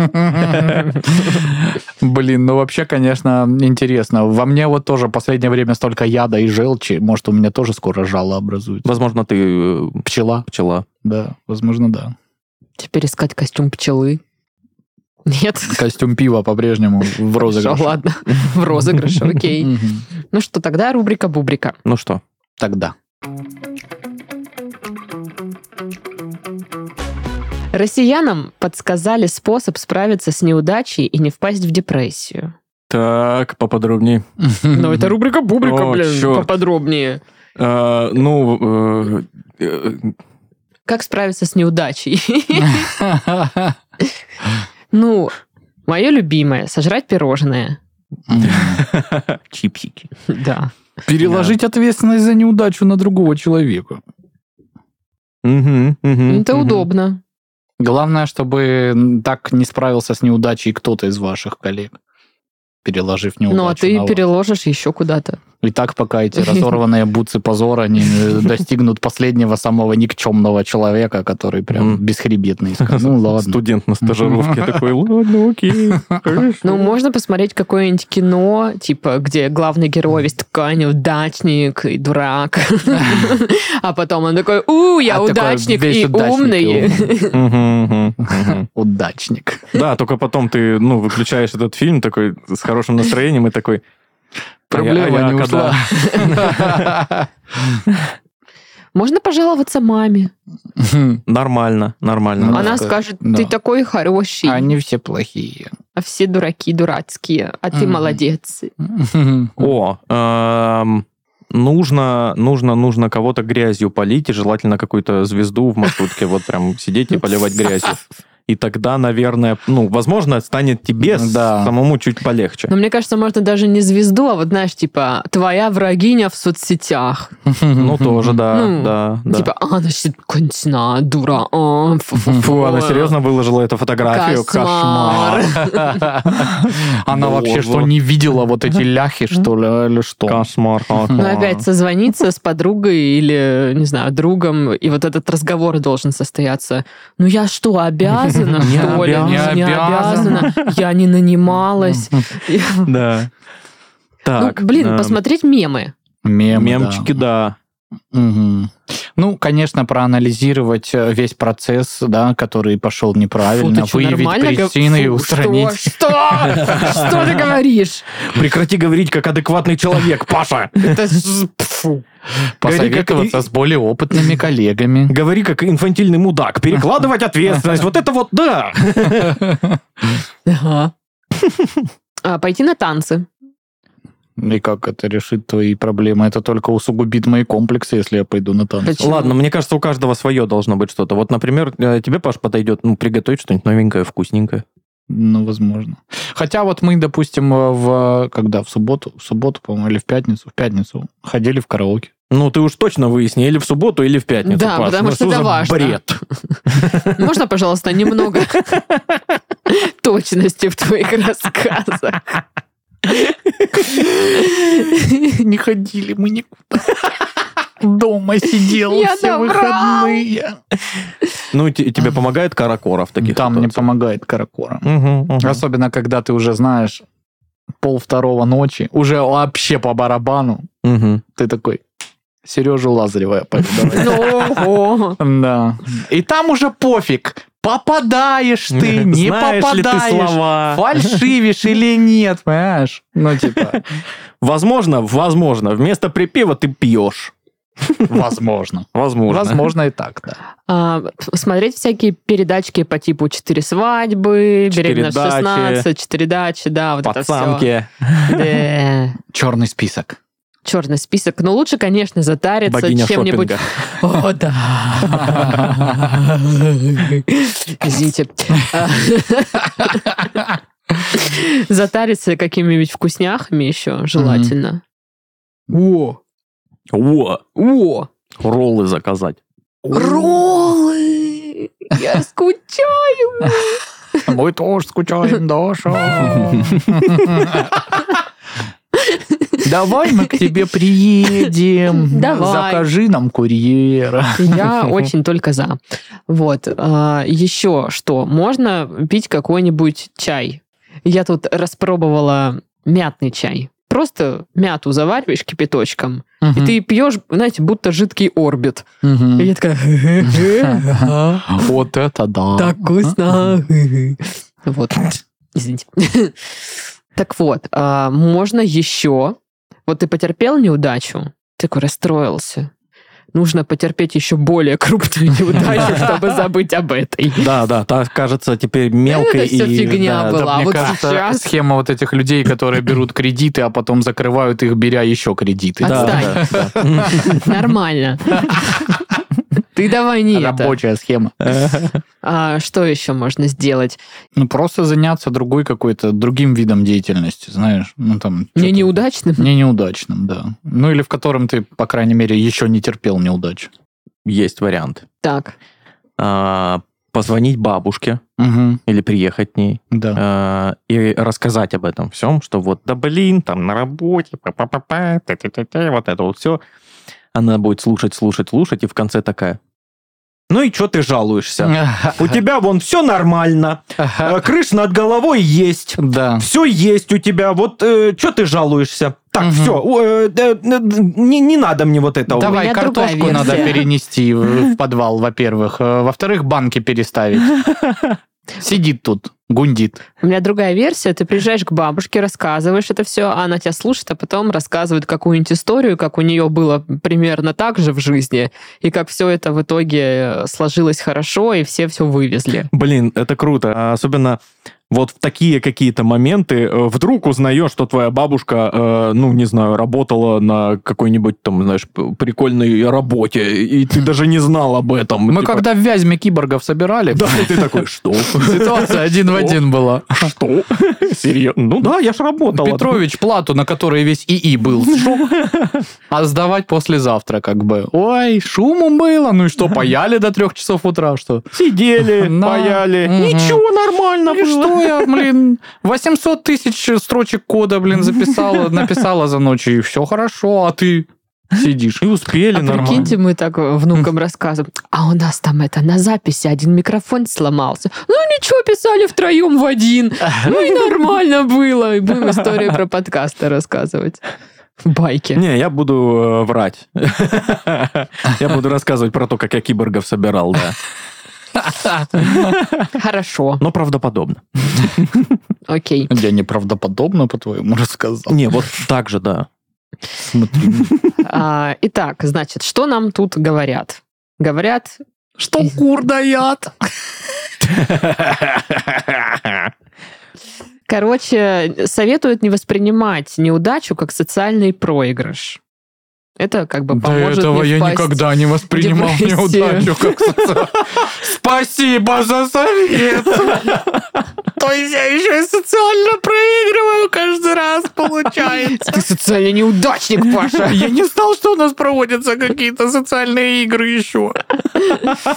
Speaker 3: Блин, ну вообще, конечно, интересно. Во мне вот тоже последнее время столько яда и желчи. Может, у меня тоже скоро жало образуется.
Speaker 2: Возможно, ты э,
Speaker 3: Пчела,
Speaker 2: пчела.
Speaker 3: да, возможно, да.
Speaker 1: Теперь искать костюм пчелы. Нет.
Speaker 3: Костюм пива по-прежнему в
Speaker 1: Хорошо,
Speaker 3: розыгрыше.
Speaker 1: ладно. [LAUGHS] В
Speaker 2: [LAUGHS]
Speaker 1: розыгрыше, окей.
Speaker 3: Мгм.
Speaker 1: Ну что, тогда рубрика Бубрика.
Speaker 2: Ну что?
Speaker 3: Тогда.
Speaker 1: Россиянам подсказали способ справиться с неудачей и не впасть в депрессию.
Speaker 2: Так, поподробнее.
Speaker 1: [LAUGHS] Но это рубрика Бубрика,
Speaker 2: О,
Speaker 1: блин,
Speaker 2: чёрт.
Speaker 1: поподробнее.
Speaker 2: Э, ну, э, э, [LAUGHS]
Speaker 1: Как справиться с неудачей? Ну, мое любимое, сожрать пирожное.
Speaker 3: [LAUGHS]
Speaker 2: чипсики.
Speaker 1: Да.
Speaker 3: Переложить ответственность за неудачу на другого человека.
Speaker 2: Мгм, мгм,
Speaker 1: Ну, Это
Speaker 2: мгм.
Speaker 1: удобно.
Speaker 3: Главное, чтобы так не справился с неудачей кто-то из ваших коллег, переложив неудачу
Speaker 1: Ну, а ты
Speaker 3: на вас.
Speaker 1: переложишь еще куда-то.
Speaker 3: И так,
Speaker 1: [LAUGHS]
Speaker 3: пока эти разорванные бутсы позора не достигнут последнего самого никчемного человека, который прям
Speaker 2: Мгм.
Speaker 3: бесхребетный.
Speaker 1: [LAUGHS]
Speaker 3: Ну, ладно.
Speaker 2: Студент на стажировке такой, ладно,
Speaker 3: [LAUGHS]
Speaker 2: окей, хорошо.
Speaker 1: Ну, можно посмотреть какое-нибудь кино, типа, где главный герой весь такой неудачник и дурак.
Speaker 3: [LAUGHS]
Speaker 1: А потом он такой, у,
Speaker 3: А
Speaker 1: я
Speaker 3: такой
Speaker 1: удачник
Speaker 3: весь
Speaker 1: и
Speaker 3: удачник и
Speaker 1: умный.
Speaker 3: умный.
Speaker 2: Мгм, мгм, мгм.
Speaker 3: Удачник.
Speaker 2: Да, только потом ты, ну, выключаешь этот фильм такой с хорошим настроением и такой... а я- а я
Speaker 3: Проблема не
Speaker 2: когда-
Speaker 3: ушла.
Speaker 1: Можно пожаловаться маме.
Speaker 2: Нормально,
Speaker 3: Ну,
Speaker 2: нормально.
Speaker 1: Она
Speaker 3: да,
Speaker 1: скажет,
Speaker 3: да.
Speaker 1: ты такой хороший,
Speaker 3: [LAUGHS] Они все плохие.
Speaker 1: а все дураки дурацкие, а ты
Speaker 3: Мгм.
Speaker 1: молодец.
Speaker 2: О, эм, нужно, нужно, нужно кого-то грязью полить, и желательно какую-то звезду в маршрутке вот прям сидеть и поливать грязью. И тогда, наверное, ну, возможно, станет тебе с-
Speaker 3: Да.
Speaker 2: самому чуть полегче.
Speaker 1: Но мне кажется, можно даже не звезду, а вот, знаешь, типа, твоя врагиня в соцсетях.
Speaker 2: Ну, тоже, да,
Speaker 1: Ну,
Speaker 2: да, да.
Speaker 1: Типа, а, она сидит, кончена, дура, а, фу-фу-фу».
Speaker 2: Фу, она серьезно выложила эту фотографию.
Speaker 1: Кошмар.
Speaker 3: [LAUGHS]
Speaker 2: Боже.
Speaker 3: Она вообще что, не видела вот эти ляхи, что ли, или что?
Speaker 2: Кошмар. кошмар.
Speaker 1: Ну, опять созвониться с подругой или, не знаю, другом, и вот этот разговор должен состояться. Ну, я что, обязана,
Speaker 3: Не
Speaker 1: что ли?
Speaker 2: обязана.
Speaker 3: Не
Speaker 1: обязана. Я не нанималась. [LAUGHS]
Speaker 2: Да.
Speaker 1: Ну,
Speaker 2: Так.
Speaker 1: блин,
Speaker 2: эм,
Speaker 1: посмотреть мемы.
Speaker 3: Мем, да.
Speaker 2: Мемчики, да.
Speaker 3: Мгм. Ну, конечно, проанализировать э, весь процесс, да, который пошел
Speaker 1: Фу,
Speaker 3: неправильно,
Speaker 1: ты чё,
Speaker 3: выявить
Speaker 1: нормально гов-
Speaker 3: причины и
Speaker 1: Фу,
Speaker 3: устранить.
Speaker 1: Что? Что? Что ты говоришь?
Speaker 2: Прекрати говорить, как адекватный человек, Паша.
Speaker 1: Это ж- фу.
Speaker 3: Посоветоваться
Speaker 2: Говори,
Speaker 3: с
Speaker 1: [LAUGHS]
Speaker 3: более опытными коллегами.
Speaker 2: Говори, как инфантильный [LAUGHS] мудак. Перекладывать ответственность. Вот это вот да.
Speaker 1: Ага. А, Пойти на танцы.
Speaker 3: И как это решит твои проблемы? Это только усугубит мои комплексы, если я пойду на танцы.
Speaker 1: Почему?
Speaker 2: Ладно, мне кажется, у каждого свое должно быть что-то. Вот, например, э, тебе, Паш, подойдет, ну, приготовить что-нибудь новенькое, вкусненькое.
Speaker 3: Ну, возможно. Хотя вот мы, допустим, э, в когда в субботу, в субботу, по-моему, или в пятницу, в пятницу ходили в караоке.
Speaker 2: Ну, ты уж точно выясни, или в субботу, или в пятницу,
Speaker 1: Да,
Speaker 2: Паш.
Speaker 1: потому
Speaker 2: Ну,
Speaker 1: что это
Speaker 2: за
Speaker 1: важно.
Speaker 2: бред?
Speaker 1: Можно, пожалуйста, немного [LAUGHS] точности в твоих рассказах?
Speaker 3: Не ходили мы никуда. Дома сидел
Speaker 1: Я
Speaker 3: все
Speaker 1: наврал.
Speaker 3: выходные.
Speaker 2: Ну, и те- тебе помогает Каракора в таких
Speaker 3: Там не
Speaker 2: ситуациях?
Speaker 3: помогает каракора.
Speaker 2: Мгм, мгм.
Speaker 3: Особенно, когда ты уже знаешь пол второго ночи, уже вообще по барабану,
Speaker 2: Мгм.
Speaker 3: ты такой, Сережу Лазарева я пойду, давай».
Speaker 1: Ну, ого.
Speaker 2: [LAUGHS]
Speaker 3: Да. И там уже пофиг, попадаешь
Speaker 2: [LAUGHS]
Speaker 3: ты, не
Speaker 2: Знаешь ли ты
Speaker 3: попадаешь.
Speaker 2: слова?
Speaker 3: Фальшивишь или нет, понимаешь? Ну, типа,
Speaker 2: Возможно, возможно. Вместо припева ты пьешь.
Speaker 3: [LAUGHS] возможно.
Speaker 2: Возможно.
Speaker 3: Возможно и так, да.
Speaker 1: А, смотреть всякие передачки по типу «Четыре свадьбы»,
Speaker 2: «Четыре
Speaker 1: «Беременность в
Speaker 2: дачи»,
Speaker 1: 16», «Четыре дачи», да, вот
Speaker 2: Пацанки.
Speaker 1: это все.
Speaker 3: Черный список.
Speaker 1: Черный список. Но лучше, конечно, затариться
Speaker 2: Богиня
Speaker 1: чем-нибудь.
Speaker 2: шопинга.
Speaker 1: О, да. [LAUGHS]
Speaker 2: [LAUGHS]
Speaker 1: Извините. А. Затариться какими-нибудь вкусняхами еще желательно.
Speaker 3: [LAUGHS] О!
Speaker 2: О,
Speaker 1: О,
Speaker 2: роллы заказать.
Speaker 1: роллы! Я скучаю.
Speaker 3: Мы тоже скучаем,
Speaker 1: [LAUGHS]
Speaker 3: Даша. Давай мы к тебе приедем.
Speaker 1: Давай.
Speaker 3: Закажи нам курьера.
Speaker 1: Я очень только за. Вот. а, Еще что? Можно пить какой-нибудь чай. Я тут распробовала мятный чай. Просто мяту завариваешь кипяточком, и ты пьешь, знаете, будто жидкий орбит. И я такая... «Ага,
Speaker 3: Вот это
Speaker 2: А,
Speaker 3: да.
Speaker 1: Так вкусно. Вот. Извините. Так вот, а, можно еще... Вот ты потерпел неудачу, ты такой расстроился. Нужно потерпеть еще более крупную неудачу, чтобы забыть об этой.
Speaker 2: Да, да, та кажется теперь мелкой
Speaker 1: Это всё
Speaker 2: и...
Speaker 1: фигня
Speaker 2: да,
Speaker 1: была.
Speaker 3: Да,
Speaker 1: А
Speaker 3: мне
Speaker 1: вот
Speaker 3: кажется,
Speaker 1: сейчас-
Speaker 3: схема вот этих людей, которые берут кредиты, а потом закрывают их, беря еще
Speaker 1: А
Speaker 3: кредиты.
Speaker 2: да, да, да.
Speaker 1: Нормально. Ты давай не это.
Speaker 3: Рабочая схема.
Speaker 1: А что еще можно сделать?
Speaker 3: Ну, просто заняться другой какой-то, другим видом деятельности, знаешь. Ну, там...
Speaker 1: Не
Speaker 3: чё-то-
Speaker 1: неудачным?
Speaker 3: Не неудачным, да. Ну, или в котором ты, по крайней мере, еще не терпел неудач.
Speaker 2: [LAUGHS] Есть вариант.
Speaker 1: Так.
Speaker 2: А, Позвонить бабушке
Speaker 3: Угу,
Speaker 2: или приехать к ней.
Speaker 3: да.
Speaker 2: Э, и рассказать об этом всем, что вот, да блин, там на работе, па-па-па-па, та-та-та-та, вот это вот все. Она будет слушать, слушать, слушать, и в конце такая, ну и что ты жалуешься? У тебя вон все нормально, э, крыш над головой есть,
Speaker 3: [LAUGHS] Да.
Speaker 2: все есть у тебя, вот что ты жалуешься? Так,
Speaker 3: Мгм.
Speaker 2: все, не, не надо мне вот этого.
Speaker 1: Давай.
Speaker 3: Давай
Speaker 1: меня другая
Speaker 3: картошку надо
Speaker 1: версия.
Speaker 3: перенести в в подвал, во-первых. Э, Во-вторых, банки переставить. Сидит тут, гундит.
Speaker 1: У меня другая версия. Ты приезжаешь к бабушке, рассказываешь это все, а она тебя слушает, а потом рассказывает какую-нибудь историю, как у нее было примерно так же в жизни, и как все это в итоге э, сложилось хорошо, и все все вывезли.
Speaker 2: Блин, это круто. А Особенно вот в такие какие-то моменты э, вдруг узнаешь, что твоя бабушка, э, ну, не знаю, работала на какой-нибудь там, знаешь, п- прикольной работе, и ты даже не знал об этом.
Speaker 3: Мы
Speaker 2: Типа,
Speaker 3: когда в Вязьме киборгов собирали, [LAUGHS]
Speaker 2: Да, и ты такой, что?
Speaker 3: ситуация один в один была.
Speaker 2: Что? Серьезно? Ну да, я ж работала.
Speaker 3: Петрович плату, на которой весь ИИ был, шел, а сдавать послезавтра как бы. Ой, шуму было, ну и что, паяли до трех часов утра, что?
Speaker 2: Сидели,
Speaker 3: [LAUGHS] На.
Speaker 2: паяли.
Speaker 3: Мгм. Ну
Speaker 2: Ничего, нормально
Speaker 3: И
Speaker 2: было.
Speaker 3: что я, блин, 800 тысяч строчек кода, блин, записала, написала за ночь, и все хорошо, а ты
Speaker 2: [LAUGHS]
Speaker 3: сидишь.
Speaker 2: И успели
Speaker 1: А
Speaker 2: нормально.
Speaker 1: прикиньте, мы так э, внукам рассказываем. А у нас там это на записи один микрофон сломался. Ну ничего, писали втроем в один. Ну и нормально было. И будем истории про подкасты рассказывать. Байки.
Speaker 2: Не, я буду э, врать. [LAUGHS] Я буду рассказывать про то, как я киборгов собирал, да.
Speaker 1: Хорошо,
Speaker 2: Но правдоподобно.
Speaker 1: окей.
Speaker 3: Я неправдоподобно, по-твоему, рассказал.
Speaker 2: Не, вот так же, да.
Speaker 1: А, Итак, значит, что нам тут говорят? Говорят,
Speaker 3: Что кур дает?
Speaker 1: Короче, советуют не воспринимать неудачу как социальный проигрыш. Это как бы
Speaker 3: До
Speaker 1: поможет
Speaker 3: этого
Speaker 1: не
Speaker 3: я
Speaker 1: впасть.
Speaker 3: никогда не воспринимал
Speaker 1: депрессию.
Speaker 3: неудачу как социальную. Спасибо за совет. То есть я еще и социально проигрываю каждый раз, получается.
Speaker 1: Ты социальный неудачник, Паша.
Speaker 3: Я не знал, что у нас проводятся какие-то социальные игры еще.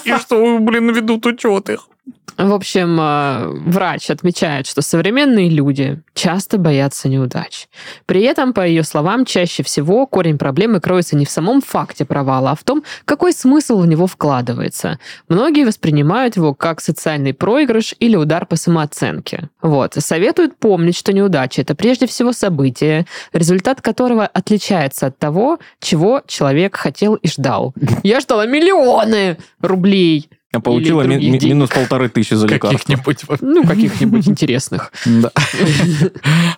Speaker 3: И что, блин, ведут учет их.
Speaker 1: В общем, э, врач отмечает, что современные люди часто боятся неудач. При этом, по ее словам, чаще всего корень проблемы кроется не в самом факте провала, а в том, какой смысл в него вкладывается. Многие воспринимают его как социальный проигрыш или удар по самооценке. Вот. Советуют помнить, что неудача – это прежде всего событие, результат которого отличается от того, чего человек хотел и ждал. Я ждала миллионы рублей.
Speaker 2: Я [LAUGHS] получила ми-
Speaker 1: других
Speaker 2: ми-
Speaker 1: денег.
Speaker 2: минус полторы тысячи за лекарство.
Speaker 3: Каких-нибудь вот.
Speaker 1: Ну, каких-нибудь интересных.
Speaker 3: Да.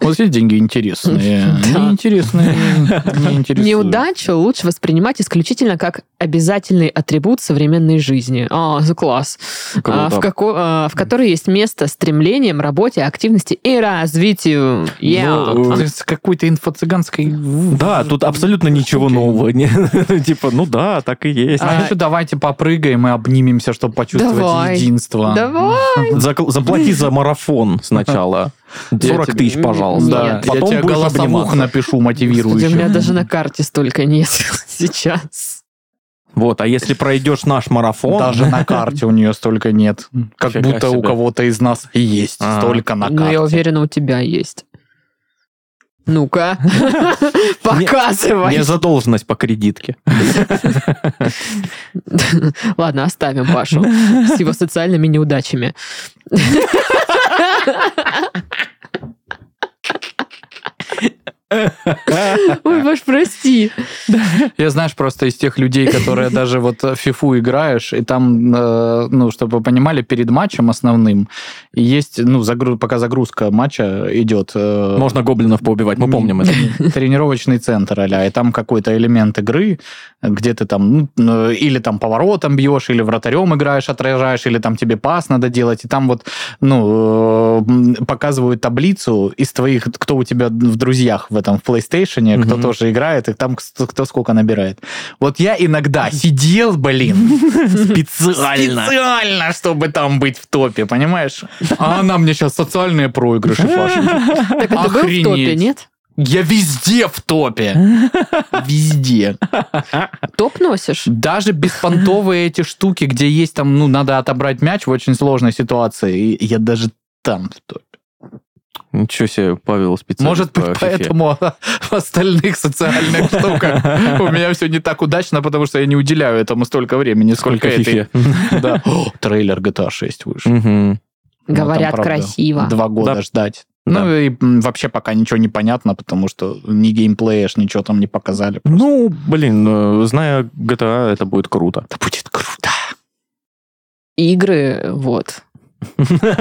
Speaker 3: Вот здесь деньги интересные.
Speaker 1: Да.
Speaker 3: Неинтересные. не интересуют.
Speaker 1: Неудачу лучше воспринимать исключительно как обязательный атрибут современной жизни. А, за класс.
Speaker 2: Ну, Круто.
Speaker 1: А, в, како- а, в которой есть место стремлениям, работе, активности и развитию. Yeah.
Speaker 2: Ну,
Speaker 3: А, то есть Какой-то инфо-цыганской...
Speaker 2: Да, тут абсолютно ничего
Speaker 3: Окей.
Speaker 2: нового. не- [LAUGHS] Типа, ну да, так и есть.
Speaker 3: А еще давайте попрыгаем и обнимемся, чтобы почувствовать
Speaker 1: Давай.
Speaker 3: единство.
Speaker 1: Давай.
Speaker 2: Закл- Заплати за марафон сначала.
Speaker 3: [LAUGHS] Я
Speaker 2: 40
Speaker 3: тебе-
Speaker 2: тысяч, пожалуйста.
Speaker 1: Да,
Speaker 3: Да,
Speaker 2: Потом
Speaker 3: я тебе
Speaker 2: будешь
Speaker 3: голосовуху
Speaker 2: обниматься.
Speaker 1: Господи,
Speaker 3: напишу
Speaker 1: у меня
Speaker 3: мотивирующую.
Speaker 1: даже на карте столько [LAUGHS] нет сейчас.
Speaker 2: Вот, а если пройдешь наш марафон... [LAUGHS]
Speaker 3: Даже на карте у нее столько нет. Как
Speaker 2: Нифига
Speaker 3: будто у
Speaker 2: себе.
Speaker 3: кого-то из нас есть
Speaker 2: А.
Speaker 3: столько на
Speaker 1: Но Ну, я
Speaker 3: карте.
Speaker 1: уверена, у тебя есть. Ну-ка, показывай.
Speaker 2: [LAUGHS] Не задолженность по кредитке.
Speaker 1: [LAUGHS] Ладно, оставим
Speaker 3: [LAUGHS]
Speaker 1: Пашу с его социальными неудачами. Ой, Паш, прости.
Speaker 3: Я, знаешь, просто из тех людей, которые даже вот э, в фифу играешь, и там, э, ну, чтобы вы понимали, перед матчем основным есть, ну, загру- пока загрузка матча идет. э,
Speaker 2: Можно гоблинов поубивать, мы помним это.
Speaker 3: Тренировочный центр, а и там какой-то элемент игры, где ты там ну, э, или там поворотом бьешь, или вратарем играешь, отражаешь, или там тебе пас надо делать, и там вот, ну, э, м, показывают таблицу из твоих, кто у тебя в друзьях в этом, в PlayStation, кто
Speaker 2: Мгм.
Speaker 3: тоже играет, и там кто кто сколько набирает. Вот я
Speaker 1: [LAUGHS]
Speaker 3: иногда сидел, блин,
Speaker 2: Специально.
Speaker 3: [LAUGHS] специально, чтобы там быть в топе, понимаешь? А она мне сейчас социальные
Speaker 1: [LAUGHS]
Speaker 3: проигрыши, Паша.
Speaker 1: Так это был в топе,
Speaker 3: Охренеть.
Speaker 1: нет?
Speaker 3: Я везде в топе.
Speaker 2: [LAUGHS]
Speaker 3: Везде.
Speaker 1: Топ носишь?
Speaker 3: Даже беспонтовые эти штуки, где есть там, ну, надо отобрать мяч в очень сложной ситуации, и я даже там в топе.
Speaker 2: Ничего себе, Павел специально.
Speaker 3: Может быть,
Speaker 2: по фифе.
Speaker 3: поэтому [LAUGHS] в
Speaker 2: [LAUGHS]
Speaker 3: остальных социальных штуках у меня все не так удачно, потому что я не уделяю этому столько времени, сколько
Speaker 2: Сколько [LAUGHS]
Speaker 3: этой.
Speaker 2: фифе.
Speaker 3: [LAUGHS] Да. О, Трейлер GTA 6 вышел.
Speaker 2: Мгм.
Speaker 3: Ну, там,
Speaker 1: Говорят,
Speaker 3: правда,
Speaker 1: красиво.
Speaker 3: Два года
Speaker 2: Да.
Speaker 3: ждать.
Speaker 2: Да.
Speaker 3: Ну и м, вообще пока ничего не понятно, потому что ни геймплея ж ничего там не показали.
Speaker 2: Ну, блин, э, зная GTA, это будет круто.
Speaker 3: Это будет круто.
Speaker 1: Игры, вот.
Speaker 2: [LAUGHS]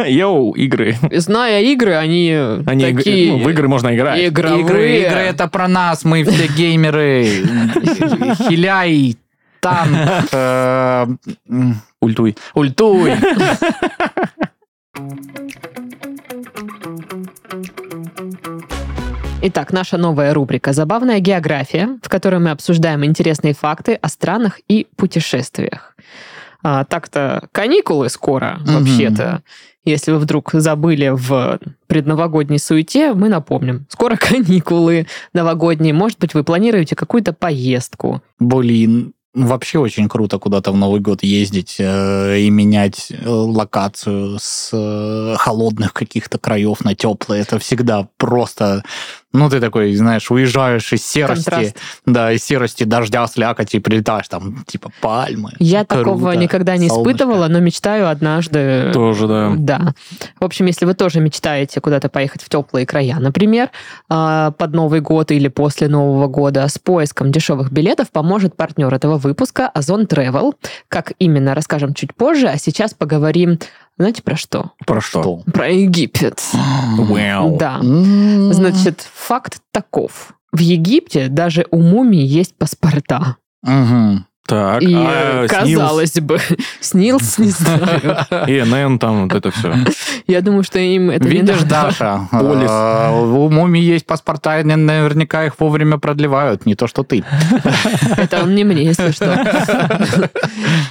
Speaker 2: Йоу, игры.
Speaker 1: Зная игры, они,
Speaker 2: Они иг-
Speaker 1: такие...
Speaker 2: ну, в игры можно играть.
Speaker 1: Игровые.
Speaker 3: Игры, игры это про нас, мы все геймеры. Хиляй, танк, э, м,
Speaker 2: Ультуй.
Speaker 3: ультуй.
Speaker 1: Итак, наша новая рубрика «Забавная география», в которой мы обсуждаем интересные факты о странах и путешествиях. А, так-то каникулы скоро,
Speaker 3: Мгм.
Speaker 1: вообще-то. Если вы вдруг забыли в предновогодней суете, мы напомним. Скоро [LAUGHS] каникулы новогодние. Может быть, вы планируете какую-то поездку.
Speaker 3: Блин, вообще очень круто куда-то в Новый год ездить э, и менять э, локацию с э, холодных каких-то краев на теплые. Это всегда просто... Ну, ты такой, знаешь, уезжаешь из серости,
Speaker 1: Контраст.
Speaker 3: да, из серости дождя, слякоти, и прилетаешь там, типа, пальмы.
Speaker 1: Я
Speaker 3: Круто.
Speaker 1: такого никогда не
Speaker 3: Солнышко.
Speaker 1: испытывала, но мечтаю
Speaker 3: Э,
Speaker 1: однажды
Speaker 2: Тоже, да.
Speaker 1: Да. В общем, если вы тоже мечтаете куда-то поехать в теплые края, например, а, под Новый год или после Нового года, с поиском дешевых билетов поможет партнер этого выпуска Озон Travel. Как именно, расскажем чуть позже, а сейчас поговорим, знаете, про что?
Speaker 2: Про что?
Speaker 3: Что?
Speaker 1: Про Египет.
Speaker 2: Вау.
Speaker 1: Да.
Speaker 3: М.
Speaker 1: Значит, факт таков. В Египте даже у мумий есть паспорта.
Speaker 3: Мгм.
Speaker 2: Так,
Speaker 1: И,
Speaker 2: а,
Speaker 1: казалось бы, [LAUGHS] снился, не
Speaker 2: [LAUGHS]
Speaker 1: знаю.
Speaker 2: снилс, ИНН, там вот это
Speaker 3: [LAUGHS]
Speaker 2: все.
Speaker 1: Я думаю, что им это не
Speaker 3: Видишь,
Speaker 1: надо. [LAUGHS]
Speaker 3: Даша,
Speaker 2: Полис.
Speaker 3: э, у Муми есть паспорта, и наверняка их вовремя продлевают, не то что ты.
Speaker 1: Это он не мне, если
Speaker 3: [LAUGHS]
Speaker 1: что.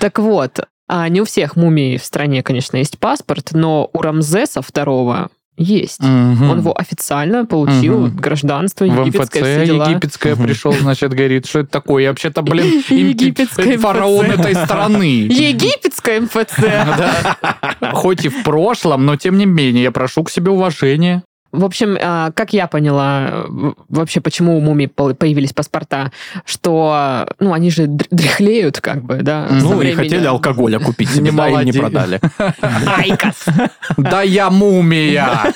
Speaker 1: Так вот, а не у всех мумий в стране, конечно, есть паспорт, но у Рамзеса второго есть. Он его официально получил
Speaker 3: Мгм.
Speaker 1: гражданство
Speaker 3: в
Speaker 1: египетское, все
Speaker 3: МФЦ
Speaker 1: дела.
Speaker 3: египетское пришел, значит, говорит, что это такое? Я
Speaker 1: [LAUGHS]
Speaker 3: вообще-то, блин, им-
Speaker 1: Египетское
Speaker 3: фараон
Speaker 1: МФЦ.
Speaker 3: этой страны.
Speaker 1: Египетское МФЦ!
Speaker 3: Хоть и в прошлом, но тем не менее, я прошу к себе уважение.
Speaker 1: В общем, а, как я поняла, в- вообще, почему у мумий пол- появились паспорта, что, ну, они же др- дряхлеют, как бы, да,
Speaker 3: Ну,
Speaker 1: со
Speaker 2: Ну, и
Speaker 1: временем.
Speaker 2: хотели алкоголя купить себе,
Speaker 3: Не
Speaker 2: да, и не
Speaker 3: молоди.
Speaker 2: продали.
Speaker 1: Айкос!
Speaker 3: Да
Speaker 1: [LAUGHS]
Speaker 3: я мумия!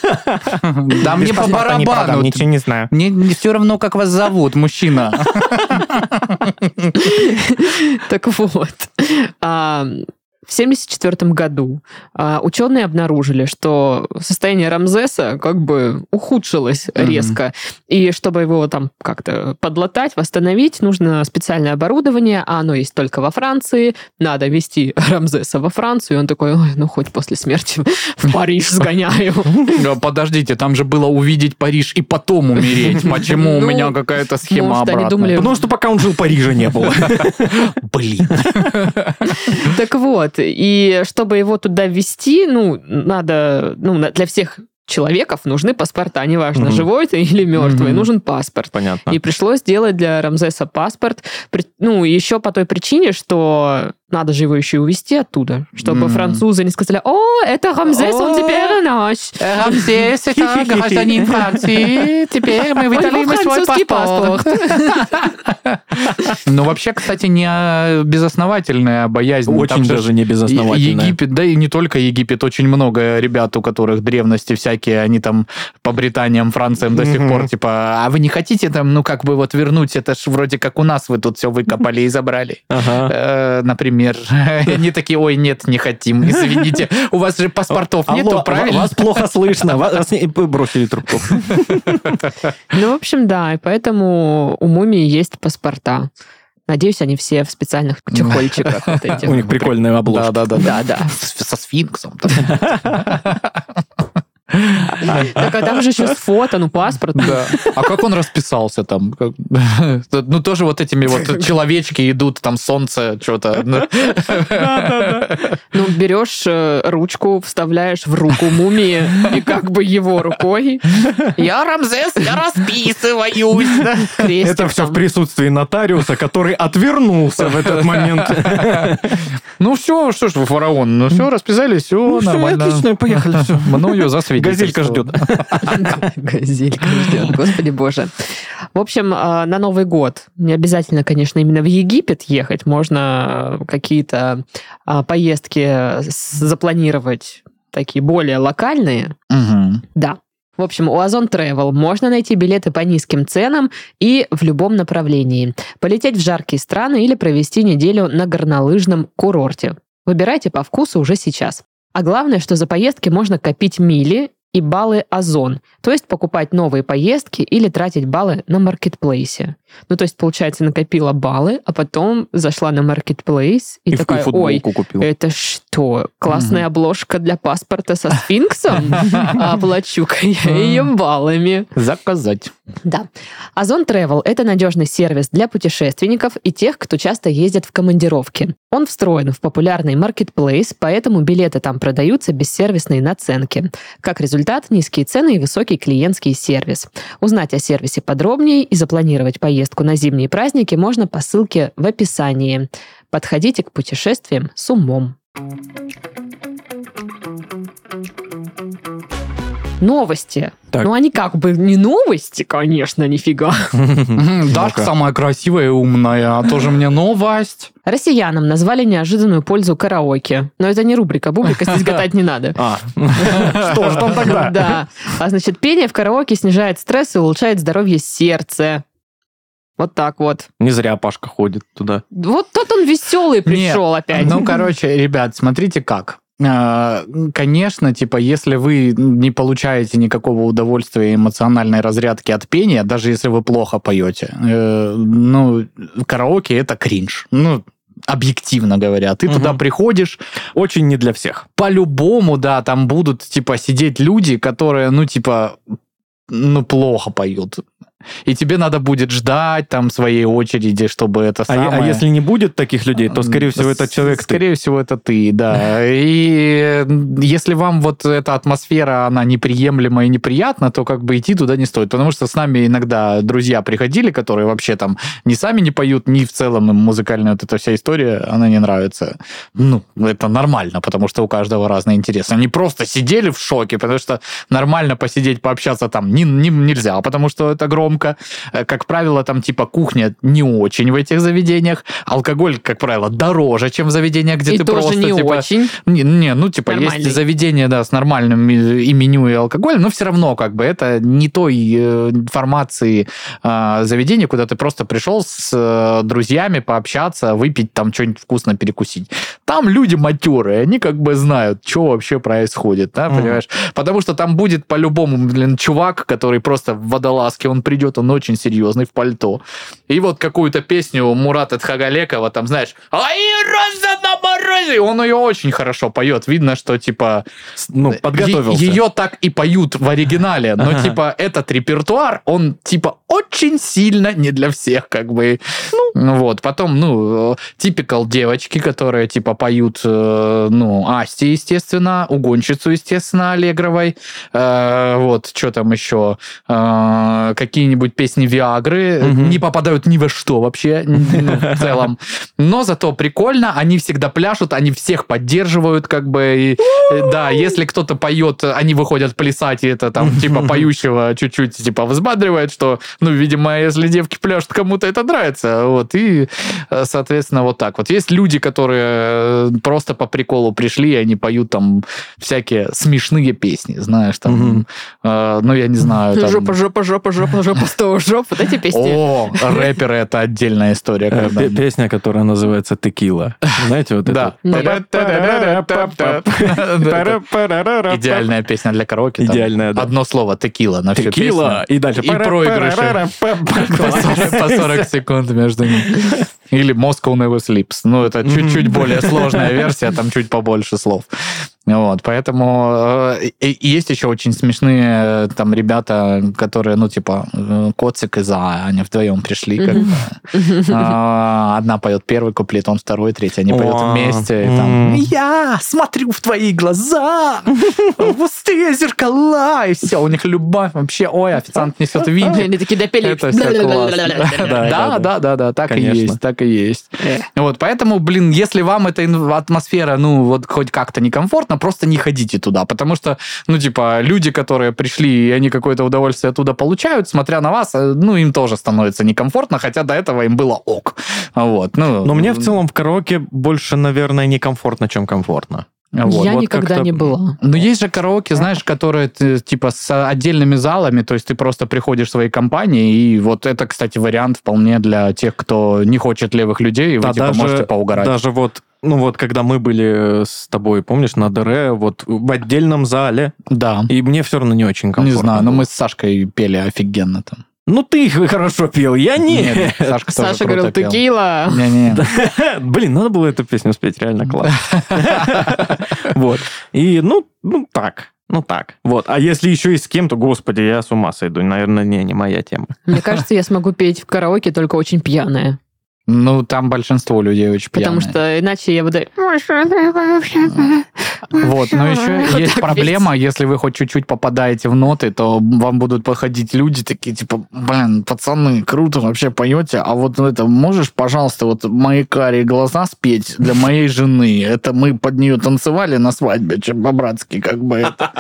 Speaker 3: Да мне по барабану.
Speaker 2: не знаю.
Speaker 3: Мне не все равно, как вас зовут, мужчина.
Speaker 1: [LAUGHS] Так вот, а, в 1974 году а, ученые обнаружили, что состояние Рамзеса как бы ухудшилось
Speaker 3: Мгм.
Speaker 1: резко. И чтобы его там как-то подлатать, восстановить, нужно специальное оборудование, а оно есть только во Франции. Надо везти [LAUGHS] Рамзеса во Францию. И он такой, «Ой, ну хоть после смерти в Париж сгоняю.
Speaker 3: Да, Э, Подождите, там же было увидеть Париж и потом умереть. Почему у
Speaker 1: Ну,
Speaker 3: меня какая-то схема
Speaker 1: может, они
Speaker 3: обратная? Ну,
Speaker 1: думали,
Speaker 2: Потому что пока он жил, Парижа не
Speaker 3: [LAUGHS]
Speaker 2: было. Блин.
Speaker 1: Так вот, и чтобы его туда ввести, ну, надо, ну, на- для всех человеков нужны паспорта, неважно,
Speaker 2: Мгм.
Speaker 1: живой ты или мертвый,
Speaker 3: Мгм.
Speaker 1: нужен паспорт.
Speaker 2: Понятно.
Speaker 1: И пришлось делать для Рамзеса паспорт, при- ну, еще по той причине, что надо же его еще и увезти оттуда, чтобы
Speaker 3: М.
Speaker 1: французы не сказали, о, это Рамзес, он теперь наш.
Speaker 3: а Рамзес, это гражданин Франции. Теперь мы
Speaker 1: У него
Speaker 3: выдали ему свой
Speaker 1: французский
Speaker 3: паспорт. Ну, вообще, кстати, не а, безосновательная боязнь. Там
Speaker 2: Очень
Speaker 3: же
Speaker 2: даже не
Speaker 3: Е-
Speaker 2: безосновательно.
Speaker 3: Египет, да и не только Египет, очень много ребят, у которых древности всякие, они там по Британиям, Франциям до сих
Speaker 2: Мгм.
Speaker 3: пор, типа, а вы не хотите там, ну, как бы вот вернуть, это ж вроде как у нас вы тут все выкопали и забрали.
Speaker 2: Ага.
Speaker 3: Э, Например, [LAUGHS] И они такие, ой, нет, не хотим, извините, у вас же паспортов нету,
Speaker 2: Алло,
Speaker 3: правильно?
Speaker 2: Вас плохо слышно. Вас- вас не- Бросили
Speaker 3: [LAUGHS]
Speaker 2: трубку.
Speaker 1: Ну, в общем, да, и поэтому у мумии есть паспорта. Надеюсь, они все в специальных чехольчиках. вот этих.
Speaker 2: [LAUGHS] У них прикольная обложка.
Speaker 3: да,
Speaker 1: Да, да.
Speaker 3: Со сфинксом.
Speaker 1: Так, а там же еще с фото, ну, паспорт.
Speaker 3: [LAUGHS] Да. А как он расписался там? Как- [LAUGHS] Ну, тоже вот этими [LAUGHS] вот человечки идут, там солнце, что-то.
Speaker 1: Ну, берешь э, ручку, вставляешь в руку мумии и как бы его рукой. Я Рамзес, я [LAUGHS] расписываюсь. Крестик
Speaker 2: Это все в
Speaker 1: там. [LAUGHS]
Speaker 2: присутствии нотариуса, который отвернулся в этот момент.
Speaker 3: Ну, все, что ж вы, фараон, ну, все, расписались, все нормально. Ну,
Speaker 2: поехали,
Speaker 3: [LAUGHS]
Speaker 2: все.
Speaker 3: Мною засвидетельствовано.
Speaker 2: Газелька ждет.
Speaker 1: Газелька ждет, господи боже. В общем, э, на Новый год не обязательно, конечно, именно в Египет ехать. Можно э, какие-то э, поездки с- запланировать такие более локальные.
Speaker 3: Мгм.
Speaker 1: Да. В общем, у Озон Travel можно найти билеты по низким ценам и в любом направлении. Полететь в жаркие страны или провести неделю на горнолыжном курорте. Выбирайте по вкусу уже сейчас. А главное, что за поездки можно копить мили и баллы Озон, то есть покупать новые поездки или тратить баллы на маркетплейсе. Ну, то есть, получается, накопила баллы, а потом зашла на маркетплейс [LAUGHS] и,
Speaker 2: И в- и
Speaker 1: такая, ой,
Speaker 2: футболку купил.
Speaker 1: это что? Классная
Speaker 3: Мгм.
Speaker 1: обложка для паспорта со сфинксом? Оплачу-ка я ее баллами.
Speaker 3: Заказать.
Speaker 1: Да. Озон Travel – это надежный сервис для путешественников и тех, кто часто ездит в командировки. Он встроен в популярный маркетплейс, поэтому билеты там продаются без сервисной наценки. Как результат – низкие цены и высокий клиентский сервис. Узнать о сервисе подробнее и запланировать поездку на зимние праздники можно по ссылке в описании. Подходите к путешествиям с умом. Новости.
Speaker 2: Так.
Speaker 1: Ну, они как бы не новости, конечно, нифига.
Speaker 3: Мгм, Дашка
Speaker 2: Ну-ка.
Speaker 3: самая красивая и умная, а тоже мне [LAUGHS] новость.
Speaker 1: Россиянам назвали неожиданную пользу караоке. Но это не рубрика, бублика здесь гадать не надо.
Speaker 2: А, что ж там тогда?
Speaker 1: [LAUGHS] Да. А значит, пение в караоке снижает стресс и улучшает здоровье сердца. Вот так вот.
Speaker 2: Не зря Пашка ходит туда.
Speaker 1: Вот тот он веселый пришел опять.
Speaker 3: Ну, короче, ребят, смотрите как. А, Конечно, типа, если вы не получаете никакого удовольствия и эмоциональной разрядки от пения, даже если вы плохо поете, э, ну, караоке это кринж. Ну, объективно говоря. Ты
Speaker 2: Мгм.
Speaker 3: туда приходишь,
Speaker 2: Очень не для всех.
Speaker 3: по-любому, да, там будут, типа, сидеть люди, которые, ну, типа, ну, плохо поют. И тебе надо будет ждать там своей очереди, чтобы это
Speaker 2: А, е-
Speaker 3: самое...
Speaker 2: а если не будет таких людей, то, скорее всего, этот
Speaker 3: С-
Speaker 2: человек... ты.
Speaker 3: Скорее всего, это ты, да. И э, если вам вот эта атмосфера, она неприемлема и неприятна, то как бы идти туда не стоит. Потому что с нами иногда друзья приходили, которые вообще там ни сами не поют, ни в целом им музыкальная вот эта вся история, она не нравится. Ну, это нормально, потому что у каждого разные интересы. Они просто сидели в шоке, потому что нормально посидеть, пообщаться там не, не- нельзя, потому что это громко. Э, Как правило, там типа кухня не очень в этих заведениях. Алкоголь, как правило, дороже, чем в заведениях, где
Speaker 1: И
Speaker 3: ты
Speaker 1: тоже
Speaker 3: просто
Speaker 1: не
Speaker 3: типа,
Speaker 1: очень.
Speaker 3: не, не, ну, типа,
Speaker 1: Нормальный.
Speaker 3: есть заведения, да, с нормальным и и меню, и алкоголем, но все равно, как бы, это не той э, формации э, заведения, куда ты просто пришел с э, друзьями пообщаться, выпить там что-нибудь вкусно перекусить. Там люди матерые, они как бы знают, что вообще происходит, да,
Speaker 2: Мгм.
Speaker 3: понимаешь? Потому что там будет по-любому, блин, чувак, который просто в водолазке, он придет, он очень серьезный, в пальто. И вот какую-то песню Мурата Тхагалекова, там, знаешь, «Ай, роза на морозе!» И Он ее очень хорошо поет. Видно, что, типа,
Speaker 2: С- Ну, подготовился.
Speaker 3: е- Ее так и поют в оригинале, но,
Speaker 2: Ага.
Speaker 3: типа, этот репертуар, он, типа, очень сильно не для всех, как бы. Ну, вот. Потом, ну, э, типикал девочки, которые, типа, поют, э, ну, Асти, естественно, Угонщицу, естественно, Аллегровой. Э, Вот, что там еще? Э, Какие-нибудь песни Виагры
Speaker 2: Мгм.
Speaker 3: не попадают ни во что вообще, ну, в
Speaker 2: [LAUGHS]
Speaker 3: целом. Но зато прикольно, они всегда пляшут, они всех поддерживают, как бы, и, э, да, если кто-то поет, они выходят плясать, и это там, типа, поющего чуть-чуть, типа, взбадривает, что, ну, видимо, если девки пляшут, кому-то это нравится, вот, и, э, соответственно, вот так вот. Есть люди, которые э, просто по приколу пришли, и они поют там всякие смешные песни, знаешь, там,
Speaker 2: Мгм.
Speaker 3: э, ну, я не знаю, там...
Speaker 1: Жопа, жопа, жопа, [LAUGHS] жопа, жопа, сто жоп. Вот эти песни.
Speaker 3: О, рэперы это отдельная история.
Speaker 2: Э,
Speaker 3: когда-
Speaker 2: пе- Песня, которая называется «Текила». Знаете, вот
Speaker 3: [LAUGHS] Да.
Speaker 2: это?
Speaker 3: Это Идеальная песня для караоке. там.
Speaker 2: Идеальная, да.
Speaker 3: Одно слово текила на всю
Speaker 2: Текила
Speaker 3: песню.
Speaker 2: и дальше.
Speaker 3: И проигрыши. По 40 по 40 [LAUGHS] секунд между ними. Или Moscow Never Sleeps. Ну, это
Speaker 2: Мгм.
Speaker 3: чуть-чуть более сложная версия, там чуть побольше слов. Вот, поэтому э, и- и есть еще очень смешные э, там ребята, которые, ну, типа, э, Коцик и За, они вдвоем пришли, как бы. А, Одна поет первый куплет, он второй, третий. Они поют
Speaker 2: О,
Speaker 3: вместе. и там,
Speaker 2: м.
Speaker 3: Я смотрю в твои глаза, пустые зеркала, и все. У них любовь вообще. Ой, официант несет видео.
Speaker 1: Они такие допели.
Speaker 3: Это все
Speaker 1: [LAUGHS]
Speaker 3: классно.
Speaker 2: Да,
Speaker 3: Да,
Speaker 2: да,
Speaker 3: да, да, да, так и
Speaker 2: Конечно.
Speaker 3: есть, так и есть.
Speaker 1: Э.
Speaker 3: Вот, поэтому, блин, если вам эта ин- атмосфера, ну, вот хоть как-то некомфортно, просто не ходите туда, потому что, ну, типа, люди, которые пришли, и они какое-то удовольствие оттуда получают, смотря на вас, э, ну, им тоже становится некомфортно, хотя до этого им было ок. Вот, ну...
Speaker 2: Но мне в целом в караоке больше, наверное, некомфортно, чем комфортно.
Speaker 3: вот.
Speaker 1: Я
Speaker 2: вот
Speaker 1: никогда
Speaker 2: как-то-
Speaker 1: не была.
Speaker 3: Но Ну, есть же караоке, знаешь, которые ты, типа с отдельными залами, то есть ты просто приходишь в своей компании, и вот это, кстати, вариант вполне для тех, кто не хочет левых людей, и вы
Speaker 2: Да,
Speaker 3: типа, можете поугарать.
Speaker 2: даже вот, ну вот, когда мы были э, с тобой, помнишь, на ДР, вот в отдельном зале,
Speaker 3: Да.
Speaker 2: и мне все равно не очень
Speaker 3: Не
Speaker 2: комфортно.
Speaker 3: знаю, но
Speaker 2: было.
Speaker 3: мы с Сашкой пели офигенно там.
Speaker 2: Ну ты их хорошо пел, я не.
Speaker 3: Нет, Сашка,
Speaker 1: Саша
Speaker 3: тоже круто
Speaker 1: говорил,
Speaker 3: пел.
Speaker 1: текила.
Speaker 3: Не-не.
Speaker 2: [LAUGHS] Блин, надо было эту песню спеть, реально
Speaker 3: [LAUGHS]
Speaker 2: классно. [LAUGHS] Вот. И, ну, ну так. Ну так. Вот. А если еще и с кем-то, господи, я с ума сойду. Наверное, не, не моя тема.
Speaker 1: Мне кажется, я смогу петь в караоке только очень пьяная.
Speaker 3: Ну, там большинство людей очень пьяные.
Speaker 1: Потому что иначе я буду...
Speaker 3: Вот, но еще
Speaker 1: Вот
Speaker 3: есть
Speaker 1: так
Speaker 3: проблема, если вы хоть чуть-чуть попадаете в ноты, то вам будут подходить люди такие, типа, блин, пацаны, круто вообще поете, а вот это, можешь, пожалуйста, вот мои карие глаза спеть для моей жены? Это мы под нее танцевали на свадьбе, чем по-братски, как бы это.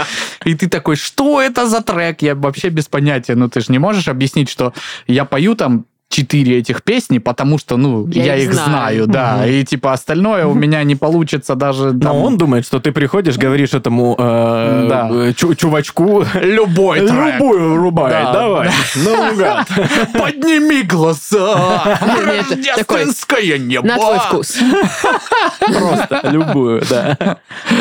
Speaker 3: И ты такой, что это за трек? Я вообще без понятия. Ну, ты же не можешь объяснить, что я пою там четыре этих песни, потому что, ну, я,
Speaker 1: Я их
Speaker 3: их знаю,
Speaker 1: знаю.
Speaker 3: да.
Speaker 2: Мгм.
Speaker 3: И, типа, остальное у меня не получится даже...
Speaker 2: Но
Speaker 3: там,
Speaker 2: он думает, что ты приходишь, говоришь этому э,
Speaker 3: Да.
Speaker 2: э, чу- чувачку,
Speaker 3: Любой трек.
Speaker 2: любую рубай,
Speaker 3: Да.
Speaker 2: давай, наугад.
Speaker 3: [LAUGHS] Подними глаза,
Speaker 1: Нет, нет, такой,
Speaker 3: рождественское небо.
Speaker 1: На твой вкус.
Speaker 2: Просто любую, да.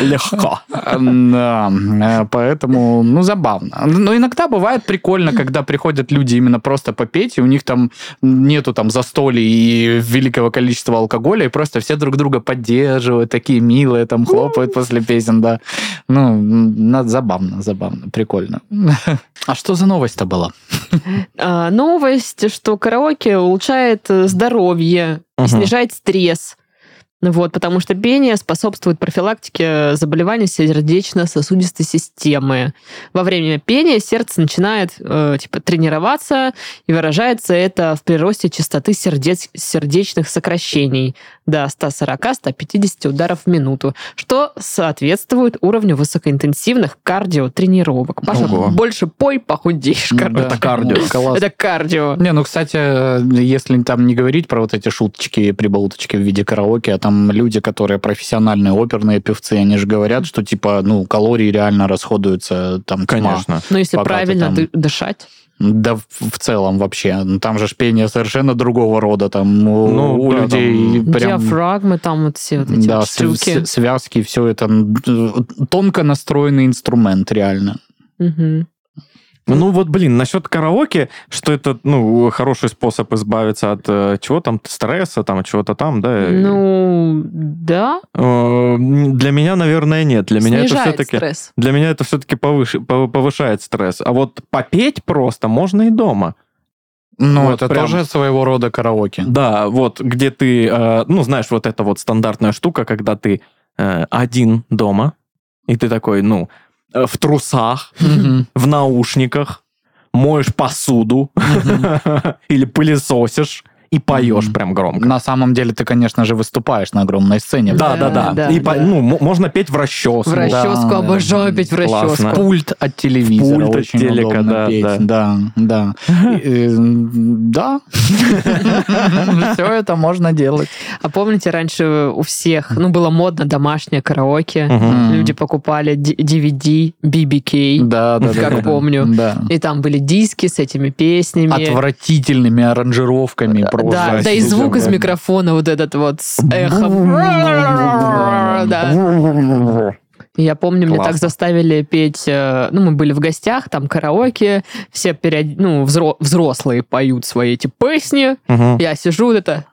Speaker 2: Легко.
Speaker 3: Да, э, поэтому, ну, забавно. Но иногда бывает прикольно, когда приходят люди именно просто попеть, и у них там нету там застолий и великого количества алкоголя, и просто все друг друга поддерживают, такие милые, там хлопают после песен, да. Ну, м, на- забавно, забавно, прикольно. [LAUGHS] А что за новость-то была?
Speaker 1: А, новость, что караоке улучшает э, здоровье, и
Speaker 2: Мгм.
Speaker 1: снижает стресс. Ну Вот, потому что пение способствует профилактике заболеваний сердечно-сосудистой системы. Во время пения сердце начинает э, типа тренироваться, и выражается это в приросте частоты сердец- сердечных сокращений до 140-150 ударов в минуту, что соответствует уровню высокоинтенсивных кардиотренировок. Паша,
Speaker 2: Ого. Ну,
Speaker 1: больше пой, похудеешь.
Speaker 3: Да.
Speaker 1: короче.
Speaker 3: Класс.
Speaker 1: Это кардио.
Speaker 3: Не, ну, кстати, если там не говорить про вот эти шуточки и прибауточки в виде караоке, а там люди, которые профессиональные оперные певцы, они же говорят, что, типа, ну, калории реально расходуются э, там тьма.
Speaker 2: Конечно.
Speaker 1: Ну, если
Speaker 3: Пока ты
Speaker 1: правильно
Speaker 3: там-
Speaker 1: ды- дышать.
Speaker 3: Да в, в целом вообще. Ну, Там же ж пение совершенно другого рода. Там у,
Speaker 2: Ну,
Speaker 3: у
Speaker 2: да,
Speaker 3: людей
Speaker 2: там
Speaker 3: прям...
Speaker 1: Диафрагмы, там вот все вот эти
Speaker 3: да,
Speaker 1: вот
Speaker 3: с-
Speaker 1: штуки.
Speaker 3: с- связки, все это м, э, тонко настроенный инструмент, реально.
Speaker 1: Мгм.
Speaker 2: Ну вот, блин, насчет караоке, что это, ну, хороший способ избавиться от э, чего там, стресса, там, чего-то там, да?
Speaker 1: Ну, да.
Speaker 2: Э, Для меня, наверное, нет. Для меня это
Speaker 1: Снижает
Speaker 2: все-таки...
Speaker 1: стресс.
Speaker 2: Для меня это все-таки повышает стресс. А вот попеть просто можно и дома.
Speaker 3: Ну,
Speaker 2: Вот
Speaker 3: это
Speaker 2: прям.
Speaker 3: тоже своего рода караоке.
Speaker 2: Да, вот где ты, э, ну, знаешь, вот эта вот стандартная штука, когда ты э, один дома, и ты такой, ну, э, в трусах,
Speaker 3: Мгм.
Speaker 2: в наушниках, моешь посуду
Speaker 3: Мгм.
Speaker 2: [LAUGHS] или пылесосишь и поешь
Speaker 3: Мгм.
Speaker 2: прям громко.
Speaker 3: На самом деле ты, конечно же, выступаешь на огромной сцене.
Speaker 2: Да, да,
Speaker 1: Да,
Speaker 2: да.
Speaker 1: да,
Speaker 2: И по-
Speaker 1: да.
Speaker 2: ну, м- можно петь в расчес.
Speaker 1: В расческу.
Speaker 3: да,
Speaker 1: Обожаю
Speaker 3: да.
Speaker 1: петь в
Speaker 2: Классно.
Speaker 1: расческу.
Speaker 3: Пульт от телевизора.
Speaker 2: Пульт от
Speaker 3: очень
Speaker 2: телека,
Speaker 3: удобно
Speaker 2: да,
Speaker 3: петь. Да, да. И, э,
Speaker 1: [LAUGHS]
Speaker 3: Да. Все это можно делать.
Speaker 1: А помните, раньше у всех, ну, было модно домашнее караоке.
Speaker 2: Мгм.
Speaker 1: Люди покупали ди- DVD, BBK,
Speaker 3: Да, да, да.
Speaker 1: как
Speaker 3: да.
Speaker 1: помню.
Speaker 3: Да.
Speaker 1: И там были диски с этими песнями.
Speaker 3: Отвратительными аранжировками просто.
Speaker 1: Да, да и
Speaker 2: Ужаснейший
Speaker 1: звук из
Speaker 2: был.
Speaker 1: микрофона вот этот вот с эхом. Да. Я помню, меня
Speaker 2: Классно.
Speaker 1: так заставили петь, э, ну, мы были в гостях, там караоке, все переод- ну, взро- взрослые поют свои эти песни,
Speaker 2: Мгм.
Speaker 1: я сижу вот это,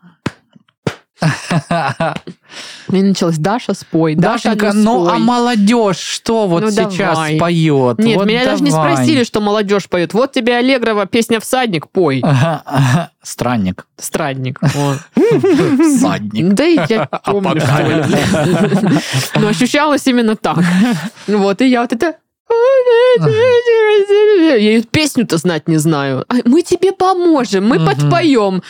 Speaker 1: и началась Даша, спой.
Speaker 3: Дашенька,
Speaker 1: ну,
Speaker 3: ну а
Speaker 1: спой».
Speaker 3: молодежь что вот
Speaker 1: Ну,
Speaker 3: сейчас
Speaker 1: давай.
Speaker 3: поет?
Speaker 1: Нет,
Speaker 3: Вот
Speaker 1: меня даже не
Speaker 3: давай.
Speaker 1: спросили,
Speaker 3: [LAUGHS]
Speaker 1: что молодежь поет. Вот тебе Аллегрова, песня «Всадник», пой.
Speaker 3: Странник.
Speaker 1: Странник. Вот.
Speaker 3: Всадник.
Speaker 1: Да и
Speaker 3: [LAUGHS]
Speaker 1: я
Speaker 3: А
Speaker 1: помню, что ли. бля. Но ощущалось именно
Speaker 3: [LAUGHS]
Speaker 1: так. Вот, и я вот это... Я и песню-то знать не знаю. А, Мы тебе поможем, мы
Speaker 3: Мгм.
Speaker 1: подпоем.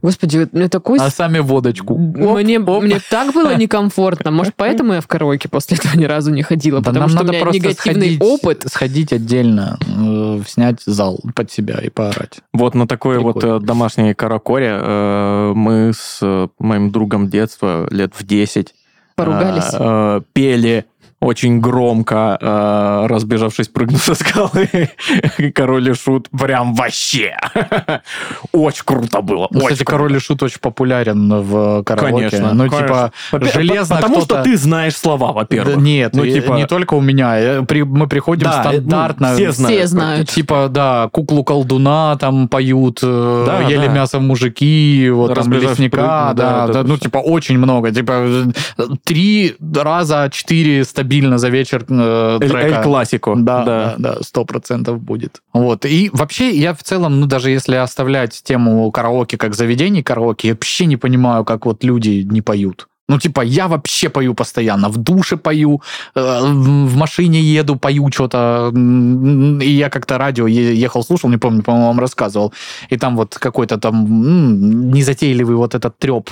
Speaker 1: Господи, вот мне такой...
Speaker 3: А
Speaker 1: с-
Speaker 3: сами водочку. Оп,
Speaker 1: Мне,
Speaker 3: оп.
Speaker 1: мне так было некомфортно. Может, поэтому я в караоке после этого ни разу не ходила,
Speaker 3: Да
Speaker 1: потому
Speaker 3: нам
Speaker 1: что у
Speaker 3: надо
Speaker 1: меня
Speaker 3: просто
Speaker 1: негативный
Speaker 3: сходить-
Speaker 1: опыт.
Speaker 3: Сходить отдельно, э, снять зал под себя и поорать.
Speaker 2: Вот на такой вот
Speaker 3: Прикольно.
Speaker 2: э, домашней каракоре э, мы с э, моим другом детства лет в 10
Speaker 1: Поругались.
Speaker 2: э, э, пели очень громко, э, разбежавшись, прыгнув со скалы. [LAUGHS] Король и шут прям вообще. [LAUGHS] Очень круто было.
Speaker 3: Ну,
Speaker 2: очень
Speaker 3: Кстати,
Speaker 2: круто.
Speaker 3: король и шут очень популярен в караоке.
Speaker 2: Конечно,
Speaker 3: Ну,
Speaker 2: конечно.
Speaker 3: типа,
Speaker 2: Во-первых,
Speaker 3: железно
Speaker 2: Потому что
Speaker 3: кто-то-
Speaker 2: ты знаешь слова,
Speaker 3: Да
Speaker 2: во-первых.
Speaker 3: нет,
Speaker 2: Ну,
Speaker 3: и-
Speaker 2: типа-
Speaker 3: не только у меня. Э, при- мы приходим
Speaker 2: Да, э, ну,
Speaker 3: стандартно.
Speaker 2: все
Speaker 1: Все
Speaker 2: знают.
Speaker 1: знают.
Speaker 3: Типа, да, куклу колдуна там поют, э,
Speaker 2: Да,
Speaker 3: ели
Speaker 2: да.
Speaker 3: мясо мужики, вот там
Speaker 2: Разбежавшись
Speaker 3: лесника, да,
Speaker 2: прыгнул, да,
Speaker 3: да,
Speaker 2: это
Speaker 3: ну
Speaker 2: всё.
Speaker 3: типа очень много, типа э, три раза четыре стабильно за вечер э,
Speaker 2: Эль-
Speaker 3: трека.
Speaker 2: Эль Классико.
Speaker 3: Да, да, да, сто процентов будет. Вот. И вообще, я в целом, ну, даже если оставлять тему караоке как заведений караоке, я вообще не понимаю, как вот люди не поют. Ну, типа, я вообще пою постоянно. В душе пою, э, в в машине еду, пою что-то. М, И я как-то радио е- ехал, слушал, не помню, по-моему, вам рассказывал. И там вот какой-то там м, незатейливый вот этот треп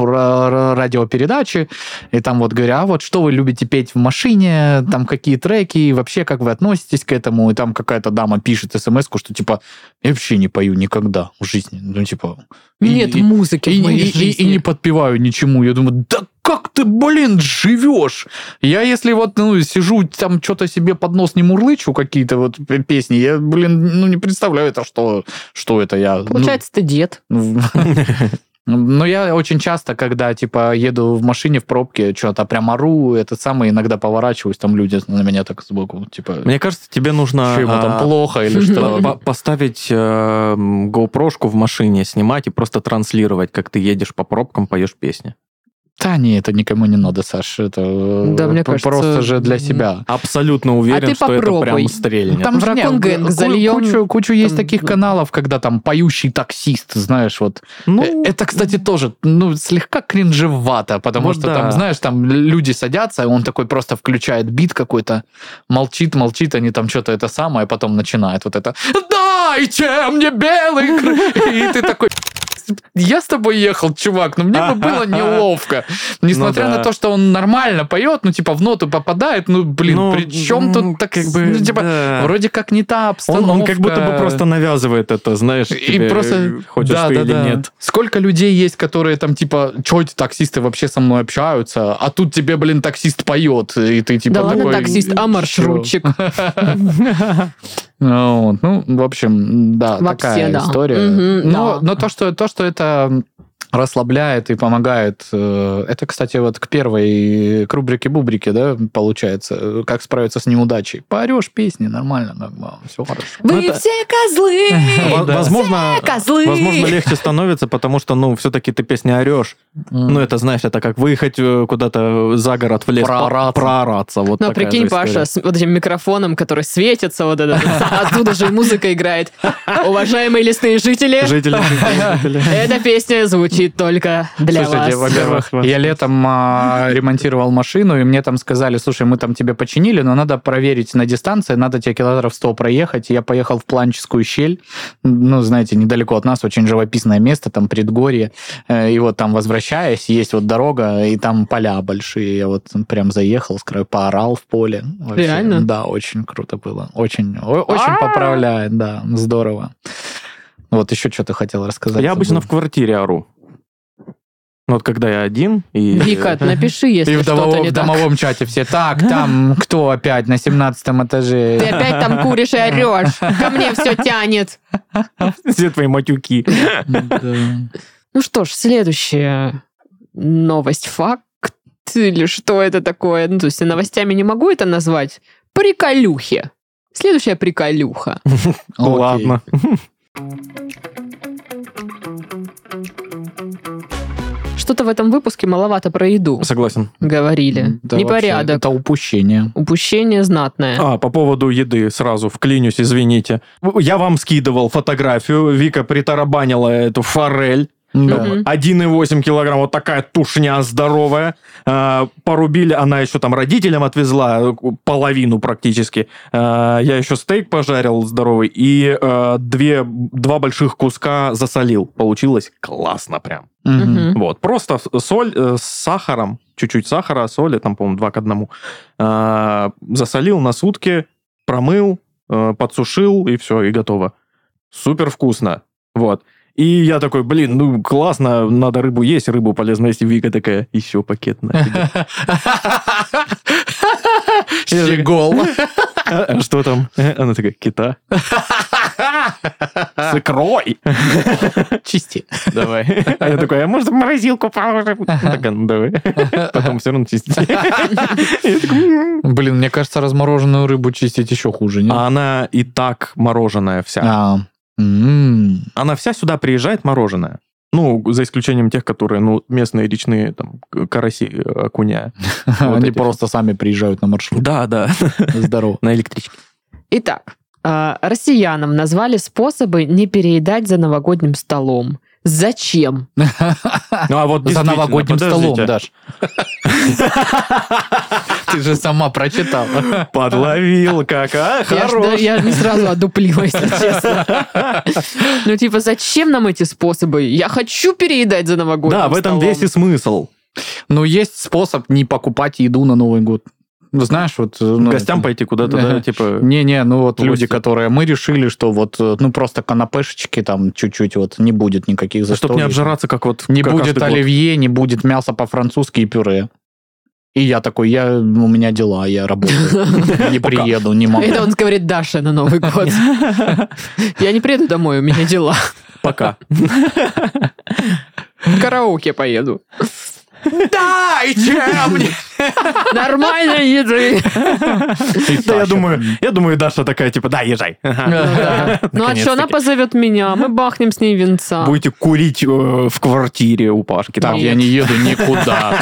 Speaker 3: радиопередачи. И там вот говорят, а вот что вы любите петь в машине, там какие треки, и вообще как вы относитесь к этому. И там какая-то дама пишет смс что типа, я вообще не пою никогда в жизни. Ну, типа... и-
Speaker 1: Нет
Speaker 3: и-
Speaker 1: музыки
Speaker 3: и,
Speaker 1: в моей
Speaker 3: и- и- и
Speaker 1: жизни.
Speaker 3: не подпеваю ничему. Я думаю, да как ты, блин, живешь? Я если вот ну, сижу, там что-то себе под нос не мурлычу, какие-то вот п- песни, я, блин, ну не представляю, это что, что это я. ну, [LAUGHS]
Speaker 1: Получается, ты дед.
Speaker 3: в- Но Ну, я очень часто, когда, типа, еду в машине в пробке, что-то прям ору, это самое, иногда поворачиваюсь, там люди на меня так сбоку, типа,
Speaker 2: Мне кажется, тебе нужно
Speaker 3: «Чё ему там
Speaker 2: а,
Speaker 3: плохо
Speaker 2: [LAUGHS]
Speaker 3: или
Speaker 2: по- по-
Speaker 3: что?
Speaker 2: поставить э, м, GoPro-шку в машине, снимать и просто транслировать, как ты едешь по пробкам, поешь песни.
Speaker 3: Да не, это никому не надо, Саш, это э,
Speaker 1: Да, мне
Speaker 3: п-
Speaker 1: кажется,
Speaker 3: просто же для себя. А
Speaker 2: Абсолютно уверен,
Speaker 1: ты
Speaker 2: что это
Speaker 1: попробуй.
Speaker 2: прям стрельнет.
Speaker 1: Там же
Speaker 3: не,
Speaker 1: Raccoon Gang
Speaker 3: ку-
Speaker 1: зальём,
Speaker 3: Кучу, кучу есть
Speaker 1: там,
Speaker 3: таких
Speaker 1: ну.
Speaker 3: каналов, когда там поющий таксист, знаешь, вот Э,
Speaker 2: ну,
Speaker 3: Это, кстати, тоже ну, слегка кринжевато, потому
Speaker 2: Ну
Speaker 3: что
Speaker 2: да.
Speaker 3: там, знаешь, там люди садятся, он такой просто включает бит какой-то, молчит, молчит, они там что-то это самое, а потом начинает вот это «Дайте мне белый кры-» И ты такой я с тобой ехал, чувак, но мне
Speaker 2: [LAUGHS]
Speaker 3: бы было неловко. Несмотря
Speaker 2: Ну да.
Speaker 3: на то, что он нормально поет, ну, типа, в ноту попадает, ну, блин,
Speaker 2: ну,
Speaker 3: при чем
Speaker 2: м,
Speaker 3: тут так, как бы, типа,
Speaker 2: да.
Speaker 3: вроде как не та
Speaker 2: он,
Speaker 3: обстановка.
Speaker 2: он как будто бы просто навязывает это, знаешь, тебе, э, хочешь
Speaker 3: да,
Speaker 2: ты
Speaker 3: да,
Speaker 2: или
Speaker 3: да.
Speaker 2: нет.
Speaker 3: Сколько людей есть, которые там типа, что эти таксисты вообще со мной общаются, а тут тебе, блин, таксист поет, и ты типа
Speaker 1: Да ладно,
Speaker 3: такой,
Speaker 1: таксист, а
Speaker 3: «Чё?»
Speaker 1: маршрутчик.
Speaker 3: Ну, вот, ну, в общем, да,
Speaker 1: Вообще,
Speaker 3: такая
Speaker 1: да.
Speaker 3: история.
Speaker 1: Мгм,
Speaker 3: но,
Speaker 1: да.
Speaker 3: но то, что то, что это расслабляет и помогает. э, Это, кстати, вот к первой к рубрике-бубрике, да, получается, э, как справиться с неудачей. Поорешь песни, нормально, как бы, все хорошо.
Speaker 2: Ну,
Speaker 1: Вы
Speaker 2: это-
Speaker 1: все
Speaker 3: [LAUGHS]
Speaker 1: козлы!
Speaker 2: Во- Возможно,
Speaker 1: Все козлы!
Speaker 2: возможно, легче становится, потому что, ну, все-таки ты песни орешь. Ну, это, знаешь, это как выехать э, куда-то за город в лес, по-
Speaker 3: Проораться.
Speaker 2: проораться. Вот
Speaker 1: Ну, а
Speaker 2: такая
Speaker 1: прикинь,
Speaker 2: же история.
Speaker 1: Паша, с вот этим микрофоном, который светится, вот это, оттуда же и музыка играет. Уважаемые лесные жители,
Speaker 3: [LAUGHS]
Speaker 2: Жители.
Speaker 1: эта песня звучит только для
Speaker 3: Слушайте,
Speaker 1: вас.
Speaker 3: во-первых,
Speaker 2: Для вас,
Speaker 3: я летом а, ремонтировал машину, и мне там сказали, слушай, мы там тебе починили, но надо проверить на дистанции, надо тебе километров 100 проехать. И Я поехал в Планческую щель, ну, знаете, недалеко от нас, очень живописное место, там предгорье. Э, И вот там, возвращаясь, есть вот дорога, и там поля большие. Я вот прям заехал, с краю поорал в поле. Вообще,
Speaker 1: Реально? А!
Speaker 3: Да, очень круто было. Очень, о- очень поправляет, да, здорово. Вот еще что-то хотел рассказать.
Speaker 2: Я обычно в
Speaker 3: забыл.
Speaker 2: квартире ору. Ну, Вот когда я один и...
Speaker 1: Вика, напиши,
Speaker 3: И
Speaker 1: если
Speaker 3: в
Speaker 1: что-то
Speaker 3: домовом,
Speaker 1: не
Speaker 3: в
Speaker 1: так.
Speaker 3: домовом чате все. Так,
Speaker 1: [LAUGHS]
Speaker 3: там кто опять на 17 этаже?
Speaker 1: Ты опять там куришь и орешь. Ко мне все тянет.
Speaker 2: [LAUGHS] Все твои матюки. Ну
Speaker 3: Да.
Speaker 1: Ну что ж, следующая новость. Факт или что это такое? Ну, то есть я новостями не могу это назвать. Приколюхи. Следующая приколюха.
Speaker 2: Ну,
Speaker 3: Окей.
Speaker 2: Ладно.
Speaker 1: Что-то в этом выпуске маловато про еду
Speaker 2: Согласен.
Speaker 1: говорили.
Speaker 3: Да, вообще,
Speaker 1: Непорядок.
Speaker 3: Это упущение.
Speaker 1: Упущение знатное.
Speaker 2: А, по поводу еды сразу вклинюсь, извините. Я вам скидывал фотографию. Вика притарабанила эту форель.
Speaker 3: Да.
Speaker 1: Мгм.
Speaker 2: 1,8 килограмм, вот такая тушня здоровая. А, Порубили, она еще там родителям отвезла э, половину практически. А, Я еще стейк пожарил здоровый и э, две, два больших куска засолил. Получилось классно прям.
Speaker 3: [LAUGHS] Мгм.
Speaker 1: Мгм.
Speaker 2: Вот, просто с- соль э, с сахаром, чуть-чуть сахара, соли, там, по-моему, два к одному. А, Засолил на сутки, промыл, э, подсушил, и все, и готово. Супер вкусно. Вот. И я такой, блин, ну классно, надо рыбу есть, рыбу полезно есть. И Вика такая, еще пакет на [LAUGHS] тебе».
Speaker 3: Щегол.
Speaker 2: А, Что там? Э, Она такая, кита. С икрой.
Speaker 3: [LAUGHS] Чисти.
Speaker 2: Давай. А я такой, а [LAUGHS] может в морозилку положим? Она такая, ну [LAUGHS] давай. Потом все равно чистить. Я такой, «М-м».
Speaker 3: Блин, мне кажется, размороженную рыбу чистить еще хуже, нет?
Speaker 2: А она и так мороженая вся.
Speaker 3: А. м-м. М.
Speaker 2: Она вся сюда приезжает мороженая. Ну, за исключением тех, которые, ну, местные речные, там, к- караси, э, окуня. Вот
Speaker 3: Они
Speaker 2: эти.
Speaker 3: просто сами приезжают на
Speaker 2: [LAUGHS]
Speaker 3: маршрут.
Speaker 2: Да, да. [LAUGHS]
Speaker 3: Здорово.
Speaker 2: На электричке.
Speaker 1: Итак, а, россиянам назвали способы не переедать за новогодним столом. Зачем?
Speaker 2: Ну, а вот
Speaker 3: За
Speaker 2: действительно,
Speaker 3: новогодним столом,
Speaker 2: подождите. [LAUGHS]
Speaker 3: Даш. Ты же сама прочитала.
Speaker 2: Подловил, как, а,
Speaker 1: Я ж да-
Speaker 2: хорош.
Speaker 1: Я, не сразу одуплила, если честно. Ну, типа, зачем нам эти способы? Я хочу переедать за новогодним
Speaker 2: Да, в этом
Speaker 1: столом.
Speaker 2: весь и смысл.
Speaker 3: Ну, есть способ не покупать еду на Новый год. Ну, знаешь, вот... э, ну,
Speaker 2: Гостям пойти куда-то, да, типа...
Speaker 3: Не-не, ну вот
Speaker 2: Гости.
Speaker 3: люди, которые мы решили, что вот, э, ну просто канапешечки там чуть-чуть вот не будет никаких застолий.
Speaker 2: Чтобы А не обжираться, как вот...
Speaker 3: Не
Speaker 2: как
Speaker 3: будет
Speaker 2: каждый год.
Speaker 3: оливье, не будет мяса по-французски и пюре. И я такой, я, у меня дела,
Speaker 2: [LAUGHS]
Speaker 3: я работаю. Не приеду, не могу.
Speaker 1: Это он говорит Даше на Новый
Speaker 2: [LAUGHS]
Speaker 1: год. Я не приеду домой, у меня дела.
Speaker 2: Пока.
Speaker 1: В караоке поеду.
Speaker 3: Дайте [LAUGHS] мне!
Speaker 1: Нормально еды.
Speaker 2: [LAUGHS] Да, я думаю, я думаю, Даша такая, типа, да, езжай. Ага.
Speaker 3: [LAUGHS] Да.
Speaker 1: Ну а что, она
Speaker 2: Наконец-таки.
Speaker 1: позовет меня, мы бахнем с ней винца.
Speaker 2: Будете курить э, в квартире у Пашки.
Speaker 3: Так,
Speaker 2: там.
Speaker 3: я не еду никуда.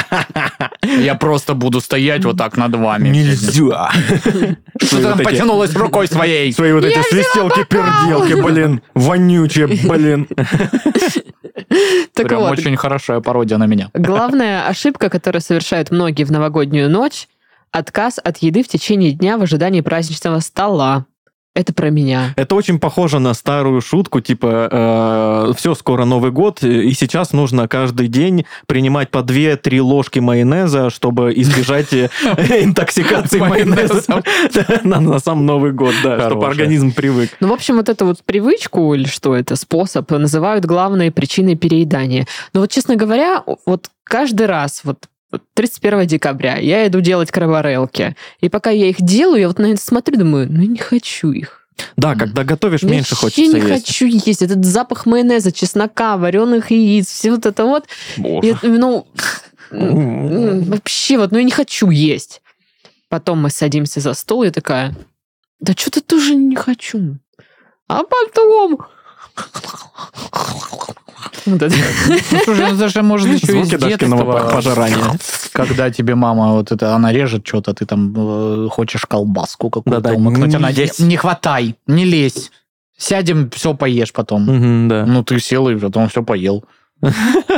Speaker 2: [LAUGHS]
Speaker 3: Я просто буду стоять вот так над вами.
Speaker 2: Нельзя.
Speaker 3: Что ты там
Speaker 2: Вот эти-
Speaker 3: потянулась рукой своей?
Speaker 2: Свои вот эти свистелки-перделки, блин, вонючие, блин.
Speaker 1: Так
Speaker 3: Прям
Speaker 1: вот,
Speaker 3: очень хорошая пародия на меня.
Speaker 1: главная ошибка, которую совершают многие в новогоднюю ночь, отказ от еды в течение дня в ожидании праздничного стола. Это про меня.
Speaker 2: Это очень похоже на старую шутку, типа, все, скоро Новый год, э, и сейчас нужно каждый день принимать по 2-3 ложки майонеза, чтобы избежать э, интоксикации майонеза [LAUGHS]
Speaker 3: Майонезом.
Speaker 2: на на сам Новый год, да, чтобы
Speaker 3: Хорошая.
Speaker 2: организм привык.
Speaker 1: Ну, в общем, вот эту вот привычку, или что это, способ, называют главной причиной переедания. Но вот, честно говоря, вот каждый раз, вот вот 31 декабря я иду делать краборелки. И пока я их делаю, я вот на это смотрю, думаю, ну не хочу их.
Speaker 2: Да,
Speaker 3: Мгм.
Speaker 2: когда готовишь,
Speaker 1: Я
Speaker 2: меньше
Speaker 1: вообще
Speaker 2: хочется
Speaker 1: не
Speaker 2: есть.
Speaker 1: хочу есть. Этот запах майонеза, чеснока, вареных яиц, все вот это вот. Я,
Speaker 2: Боже.
Speaker 1: ну, м, вообще вот, ну я не хочу есть. Потом мы садимся за стол, я такая, да что-то тоже не хочу. А потом... [LAUGHS] Вот это.
Speaker 3: Ну, Слушай, даже может еще из
Speaker 2: [LAUGHS] Звуки Дашкиного
Speaker 3: детства, [LAUGHS]
Speaker 2: пожирания.
Speaker 3: когда тебе мама вот это, она режет что-то, ты там э, хочешь колбаску какую-то
Speaker 2: Да-да, ну,
Speaker 3: умыкнуть,
Speaker 2: не
Speaker 3: она
Speaker 2: лезь.
Speaker 3: не хватай, не лезь, сядем, все поешь потом.
Speaker 2: Мгм, Да.
Speaker 3: Ну, ты сел и потом
Speaker 2: [LAUGHS]
Speaker 3: все поел.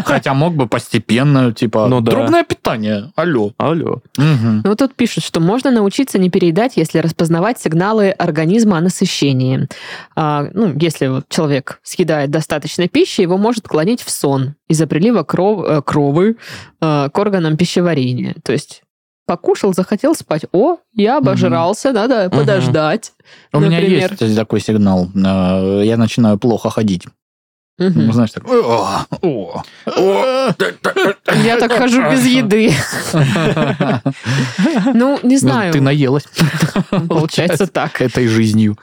Speaker 3: Хотя мог бы постепенно, типа,
Speaker 2: Ну да.
Speaker 3: дробное питание, алло.
Speaker 2: Алло.
Speaker 3: Мгм.
Speaker 1: Ну, вот тут пишут, что можно научиться не переедать, если распознавать сигналы организма о насыщении. А, ну, если вот человек съедает достаточно пищи, его может клонить в сон из-за прилива кров- э, кровы э, к органам пищеварения. То есть покушал, захотел спать. О, я обожрался, надо
Speaker 2: Мгм.
Speaker 1: подождать.
Speaker 3: У меня
Speaker 1: Например.
Speaker 3: есть такой сигнал. э, Я начинаю плохо ходить.
Speaker 1: Мгм.
Speaker 3: Ну, Знаешь, так... «О, о,
Speaker 2: [LAUGHS]
Speaker 3: о».
Speaker 1: Я так хожу без
Speaker 3: [LAUGHS]
Speaker 1: еды. Ну, не знаю.
Speaker 3: Ты наелась. [LAUGHS]
Speaker 1: Получается так.
Speaker 3: Этой жизнью.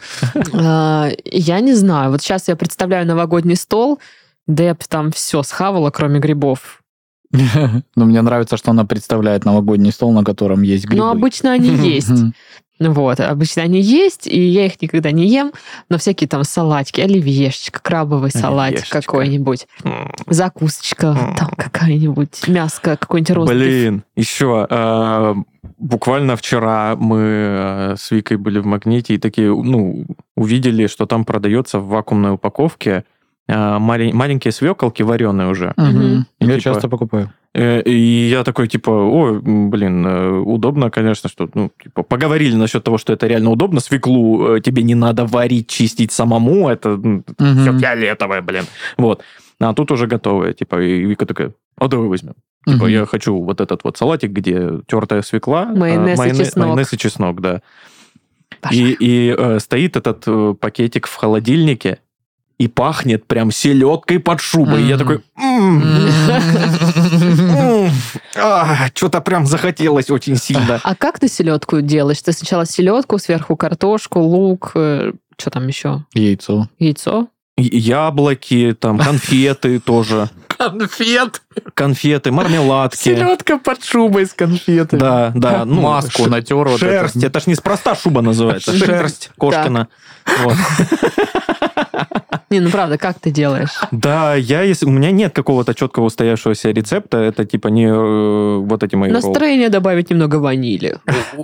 Speaker 1: А, Я не знаю. Вот сейчас я представляю новогодний стол. Деп там все схавала, кроме грибов.
Speaker 3: Но мне нравится, что она представляет новогодний стол, на котором есть грибы.
Speaker 1: Но обычно
Speaker 3: [LAUGHS]
Speaker 1: они Ну, а есть. Вот, обычно они есть, и я их никогда не ем, но всякие там салатики, оливьешечка, крабовый салатик
Speaker 2: Оливьешечка.
Speaker 1: какой-нибудь,
Speaker 2: М.
Speaker 1: закусочка
Speaker 2: М.
Speaker 1: там какая-нибудь, мяско, какой-нибудь розовый.
Speaker 2: Блин, еще э, буквально вчера мы э, с Викой были в магните и такие, ну, увидели, что там продается в вакуумной упаковке э, малень- маленькие свеколки вареные уже.
Speaker 1: Мгм.
Speaker 3: Я
Speaker 2: Типа-
Speaker 3: часто покупаю.
Speaker 2: Э, И я такой, типа, о, м, блин, э, удобно, конечно, что, ну, типа, поговорили насчет того, что это реально удобно, свеклу э, тебе не надо варить, чистить самому, это м, всё
Speaker 3: Мгм.
Speaker 2: фиолетовое, блин, вот. А тут уже готовое, типа, и Вика такая, а давай возьмем. Типа,
Speaker 3: Мгм.
Speaker 2: я хочу вот этот вот салатик, где тертая свекла, а,
Speaker 1: Майонез и чеснок.
Speaker 2: майонез и чеснок, да.
Speaker 1: Пожалуйста.
Speaker 2: И, и, э, стоит этот э, пакетик в холодильнике и пахнет прям селедкой под шубой. И Я
Speaker 3: Мгм.
Speaker 2: такой, «М,
Speaker 3: Мгм.
Speaker 2: что-то прям захотелось очень сильно.
Speaker 1: А как ты селедку делаешь? Ты сначала селедку, сверху картошку, лук, что там еще?
Speaker 3: [LAUGHS] Яйцо.
Speaker 1: Яйцо?
Speaker 2: Яблоки, там, конфеты тоже.
Speaker 3: Конфет.
Speaker 2: Конфеты, мармеладки.
Speaker 3: Селедка под шубой с конфетами.
Speaker 2: Да, да. ну,
Speaker 3: Маску
Speaker 2: ш-
Speaker 3: натер. вот
Speaker 2: Шерсть.
Speaker 3: это.
Speaker 2: Это ж неспроста шуба называется.
Speaker 1: Шерсть.
Speaker 2: Шерсть Кошкина. Вот.
Speaker 1: Не, ну правда, как ты делаешь?
Speaker 2: Да, я, если у меня нет какого-то четкого устоявшегося рецепта, это типа не э, вот эти мои роллы.
Speaker 1: Настроение добавить немного ванили.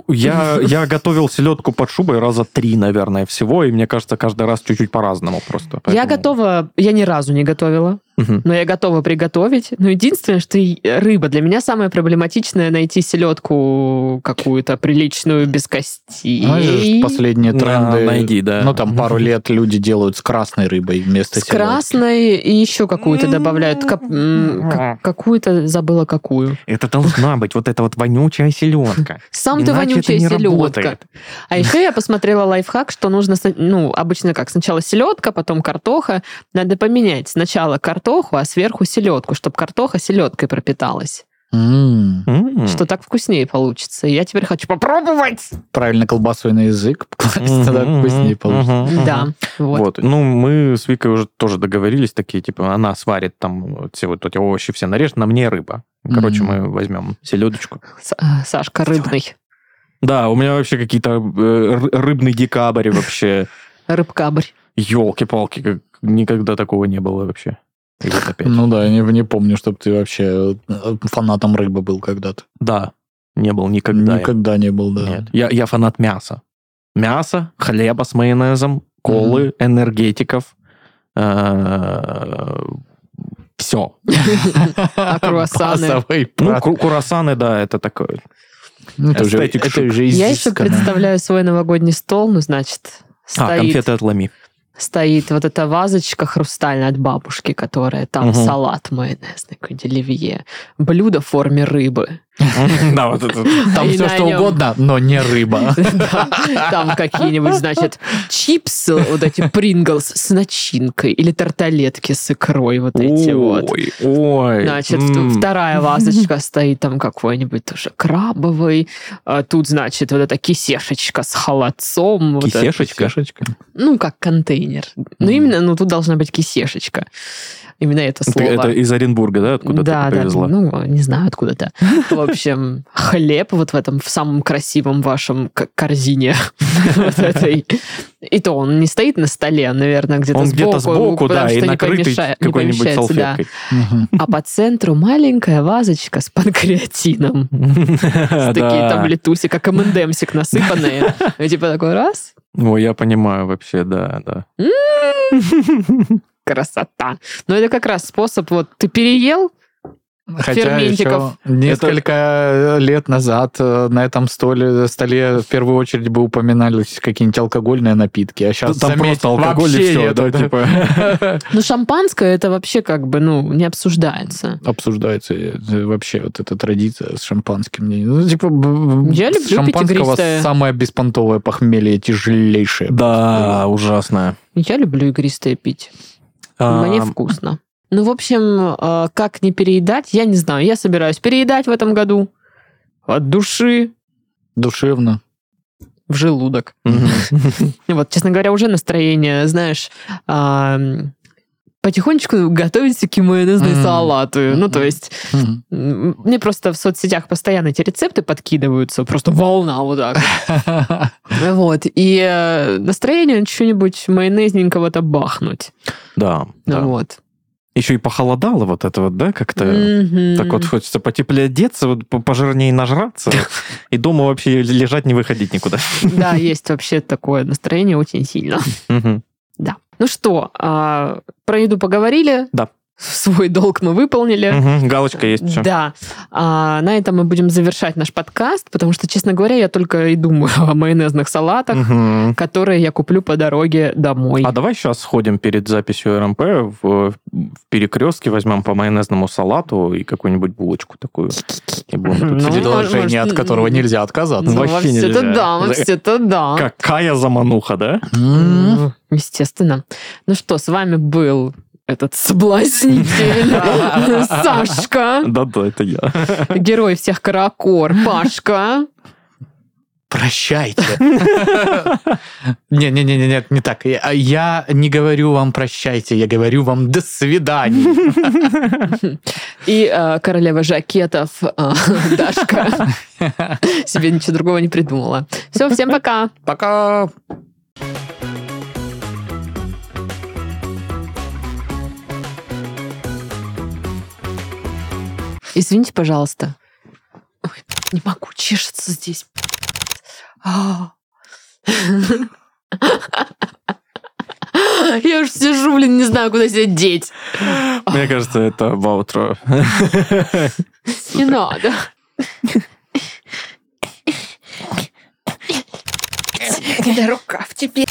Speaker 2: Я, я готовил селедку под шубой раза три, наверное, всего, и мне кажется, каждый раз чуть-чуть по-разному просто.
Speaker 1: Я
Speaker 2: поэтому-
Speaker 1: готова, я ни разу не готовила.
Speaker 2: Мгм.
Speaker 1: но я готова приготовить. Но единственное, что и- э, рыба. Для меня самое проблематичное найти селедку какую-то приличную, без костей.
Speaker 3: Знаешь, Ну, же последние
Speaker 2: Да,
Speaker 3: тренды.
Speaker 2: найди, да.
Speaker 3: Ну, там пару лет люди делают с красной рыбой вместо
Speaker 1: с
Speaker 3: селедки. М-м-м.
Speaker 1: красной и еще какую-то
Speaker 2: М.
Speaker 1: добавляют. Кап- м, как- какую-то забыла какую.
Speaker 2: Это должна быть вот эта вот вонючая селедка.
Speaker 1: Сам ты
Speaker 2: Иначе это
Speaker 1: вонючая
Speaker 2: не
Speaker 1: селедка.
Speaker 2: работает.
Speaker 1: А еще я посмотрела лайфхак, что нужно, сна- ну, обычно как, сначала селедка, потом картоха. Надо поменять сначала картоху, а сверху селедку, чтобы картоха селедкой пропиталась.
Speaker 3: М.
Speaker 2: М. М.
Speaker 1: что так вкуснее получится. И я теперь хочу попробовать.
Speaker 3: Правильно колбасой на язык [LAUGHS] класть, тогда
Speaker 2: Мгм,
Speaker 3: вкуснее
Speaker 2: мгм,
Speaker 3: получится.
Speaker 2: мгм.
Speaker 1: Да, вот.
Speaker 2: Вот. Ну, мы с Викой уже тоже договорились такие, типа, она сварит там вот все вот эти овощи все нарежет, на мне рыба. Короче,
Speaker 3: Мгм.
Speaker 2: мы возьмем селедочку.
Speaker 1: С- а, Сашка рыбный,
Speaker 2: Да, у меня вообще какие-то э, ры- рыбный декабрь вообще.
Speaker 1: рыбкабрь.
Speaker 2: Елки-палки, как никогда такого не было вообще. И вот опять.
Speaker 3: Ну да, я не, не помню, чтобы ты вообще э, фанатом рыбы был когда-то.
Speaker 2: Да, не был никогда. я.
Speaker 3: Никогда не был, да.
Speaker 2: Нет. Я, я фанат мяса. Мяса, хлеба с майонезом, колы, энергетиков. э, Все.
Speaker 3: [LAUGHS]
Speaker 1: А круассаны?
Speaker 3: Массовый
Speaker 2: Ну,
Speaker 3: прат.
Speaker 2: кру- курасаны, да, это такое.
Speaker 3: Ну, это, уже,
Speaker 2: эстетик
Speaker 3: это
Speaker 2: шик.
Speaker 3: уже
Speaker 1: Я еще
Speaker 3: изысканно.
Speaker 1: представляю свой новогодний стол, ну, значит,
Speaker 2: А,
Speaker 1: стоит, [LAUGHS]
Speaker 2: конфеты отломи.
Speaker 1: стоит вот эта вазочка хрустальная от бабушки, которая там
Speaker 2: Мгм.
Speaker 1: салат майонезный, какой-нибудь оливье, блюдо в форме рыбы. [LAUGHS]
Speaker 2: Да, вот это.
Speaker 3: Там
Speaker 1: И
Speaker 3: все
Speaker 1: на
Speaker 3: что
Speaker 1: нём-
Speaker 3: угодно, но не
Speaker 1: [LAUGHS]
Speaker 3: рыба.
Speaker 1: Да, Там какие-нибудь, значит, чипсы, вот эти Принглс с начинкой или тарталетки с икрой вот эти вот.
Speaker 2: Ой, ой.
Speaker 1: Значит,
Speaker 2: м.
Speaker 1: в- вторая вазочка стоит там какой-нибудь тоже крабовый. А Тут, значит, вот эта кисешечка с холодцом. вот это
Speaker 2: Кисешечка.
Speaker 1: Ну, как контейнер. Ну,
Speaker 3: Мгм.
Speaker 1: именно, ну, тут должна быть кисешечка. Именно это
Speaker 2: Ты-
Speaker 1: слово.
Speaker 2: Это из Оренбурга, да, откуда
Speaker 1: да,
Speaker 2: ты
Speaker 1: да,
Speaker 2: привезла?
Speaker 1: ну, не знаю откуда-то. В общем, хлеб вот в этом, в самом красивом вашем к- корзине. [LAUGHS] вот этой. И то он не стоит на столе, он, наверное, где-то
Speaker 2: Он
Speaker 1: сбоку.
Speaker 2: где-то
Speaker 1: потому
Speaker 2: сбоку, да,
Speaker 1: что
Speaker 2: и
Speaker 1: не
Speaker 2: накрытый
Speaker 1: помеша- не
Speaker 2: какой-нибудь
Speaker 1: помещается, да.
Speaker 2: салфеткой.
Speaker 1: А по центру маленькая вазочка с
Speaker 2: [LAUGHS]
Speaker 1: панкреатином.
Speaker 2: Да.
Speaker 1: Такие там летуси, как МНДМсик
Speaker 2: [LAUGHS]
Speaker 1: насыпанные. И типа такой раз,
Speaker 2: Ой, я понимаю вообще, да, да.
Speaker 1: красота. Но это как раз способ, вот ты переел,
Speaker 3: Хотя еще
Speaker 1: Ферментиков.
Speaker 3: несколько лет назад э, на этом столе, столе в первую очередь бы упоминались какие-нибудь алкогольные напитки, а сейчас
Speaker 2: Там просто алкоголь и все, да, типа.
Speaker 1: [LAUGHS] ну шампанское это вообще как бы, ну, не обсуждается.
Speaker 3: обсуждается э, вообще вот эта традиция с шампанским. Мне- Ну, типа, б- б-
Speaker 1: Я
Speaker 3: с
Speaker 1: люблю
Speaker 3: шампанского
Speaker 1: пятигристое.
Speaker 3: самое беспонтовое похмелье, тяжелейшее.
Speaker 2: Да, ужасно.
Speaker 1: Я люблю игристое пить.
Speaker 2: А,
Speaker 1: Мне вкусно. Ну, в общем, э, как не переедать, я не знаю. Я собираюсь переедать в этом году от души
Speaker 3: Душевно.
Speaker 1: в желудок.
Speaker 2: мгм.
Speaker 1: Вот, честно говоря, уже настроение, знаешь, ам, потихонечку готовить всякие майонезные
Speaker 3: Мгм.
Speaker 1: салаты. Ну, то
Speaker 3: Мгм.
Speaker 1: есть,
Speaker 3: [LAUGHS] Мгм.
Speaker 1: м, мне просто в соцсетях постоянно эти рецепты подкидываются, просто волна вот
Speaker 2: [LAUGHS]
Speaker 1: так. Вот, и э, настроение чего-нибудь майонезненького-то бахнуть.
Speaker 2: Да. да.
Speaker 1: Ну Вот.
Speaker 2: Еще и похолодало вот это вот, да, как-то.
Speaker 1: Мгм.
Speaker 2: Так вот хочется потеплее одеться, вот по-
Speaker 1: [LAUGHS]
Speaker 2: пожирнее нажраться, и дома вообще лежать не выходить никуда. [LAUGHS]
Speaker 1: Да, есть вообще такое настроение очень сильно.
Speaker 2: Мгм.
Speaker 1: Да. Ну что, а, про еду поговорили.
Speaker 2: Да.
Speaker 1: Свой долг мы выполнили.
Speaker 2: Мгм, Галочка есть все.
Speaker 1: Да. А, на этом мы будем завершать наш подкаст, потому что, честно говоря, я только и думаю [LAUGHS] о майонезных салатах,
Speaker 2: Мгм.
Speaker 1: которые я куплю по дороге домой.
Speaker 2: А давай сейчас сходим перед записью РМП в, в перекрестке, возьмем по майонезному салату и какую-нибудь булочку такую. И будем тут
Speaker 1: Ну,
Speaker 2: сидеть.
Speaker 3: Предложение,
Speaker 1: может,
Speaker 3: от которого
Speaker 1: м,
Speaker 3: нельзя отказаться.
Speaker 1: Ну,
Speaker 2: вообще
Speaker 1: во все
Speaker 2: нельзя.
Speaker 1: это
Speaker 2: [LAUGHS]
Speaker 1: да, во все это да.
Speaker 2: Какая замануха, да?
Speaker 3: М.
Speaker 1: М, Естественно. Ну что, с вами был этот
Speaker 2: [LAUGHS]
Speaker 1: соблазнитель [LAUGHS] Сашка,
Speaker 2: Да-да, это я.
Speaker 1: герой всех каракор, Пашка.
Speaker 3: Прощайте. Не, не, не, не, нет, не так. Я- Я не говорю вам прощайте, я говорю вам до свидания.
Speaker 1: И э, королева жакетов э, [LAUGHS] Дашка себе ничего другого не придумала. Все, всем пока.
Speaker 3: Пока.
Speaker 1: Извините, пожалуйста. Ой, не могу, чешется здесь. А. [LAUGHS] Я уж сижу, блин, не знаю, куда себя деть.
Speaker 2: Мне кажется, это баутро.
Speaker 1: Не надо. Когда рука в тебе.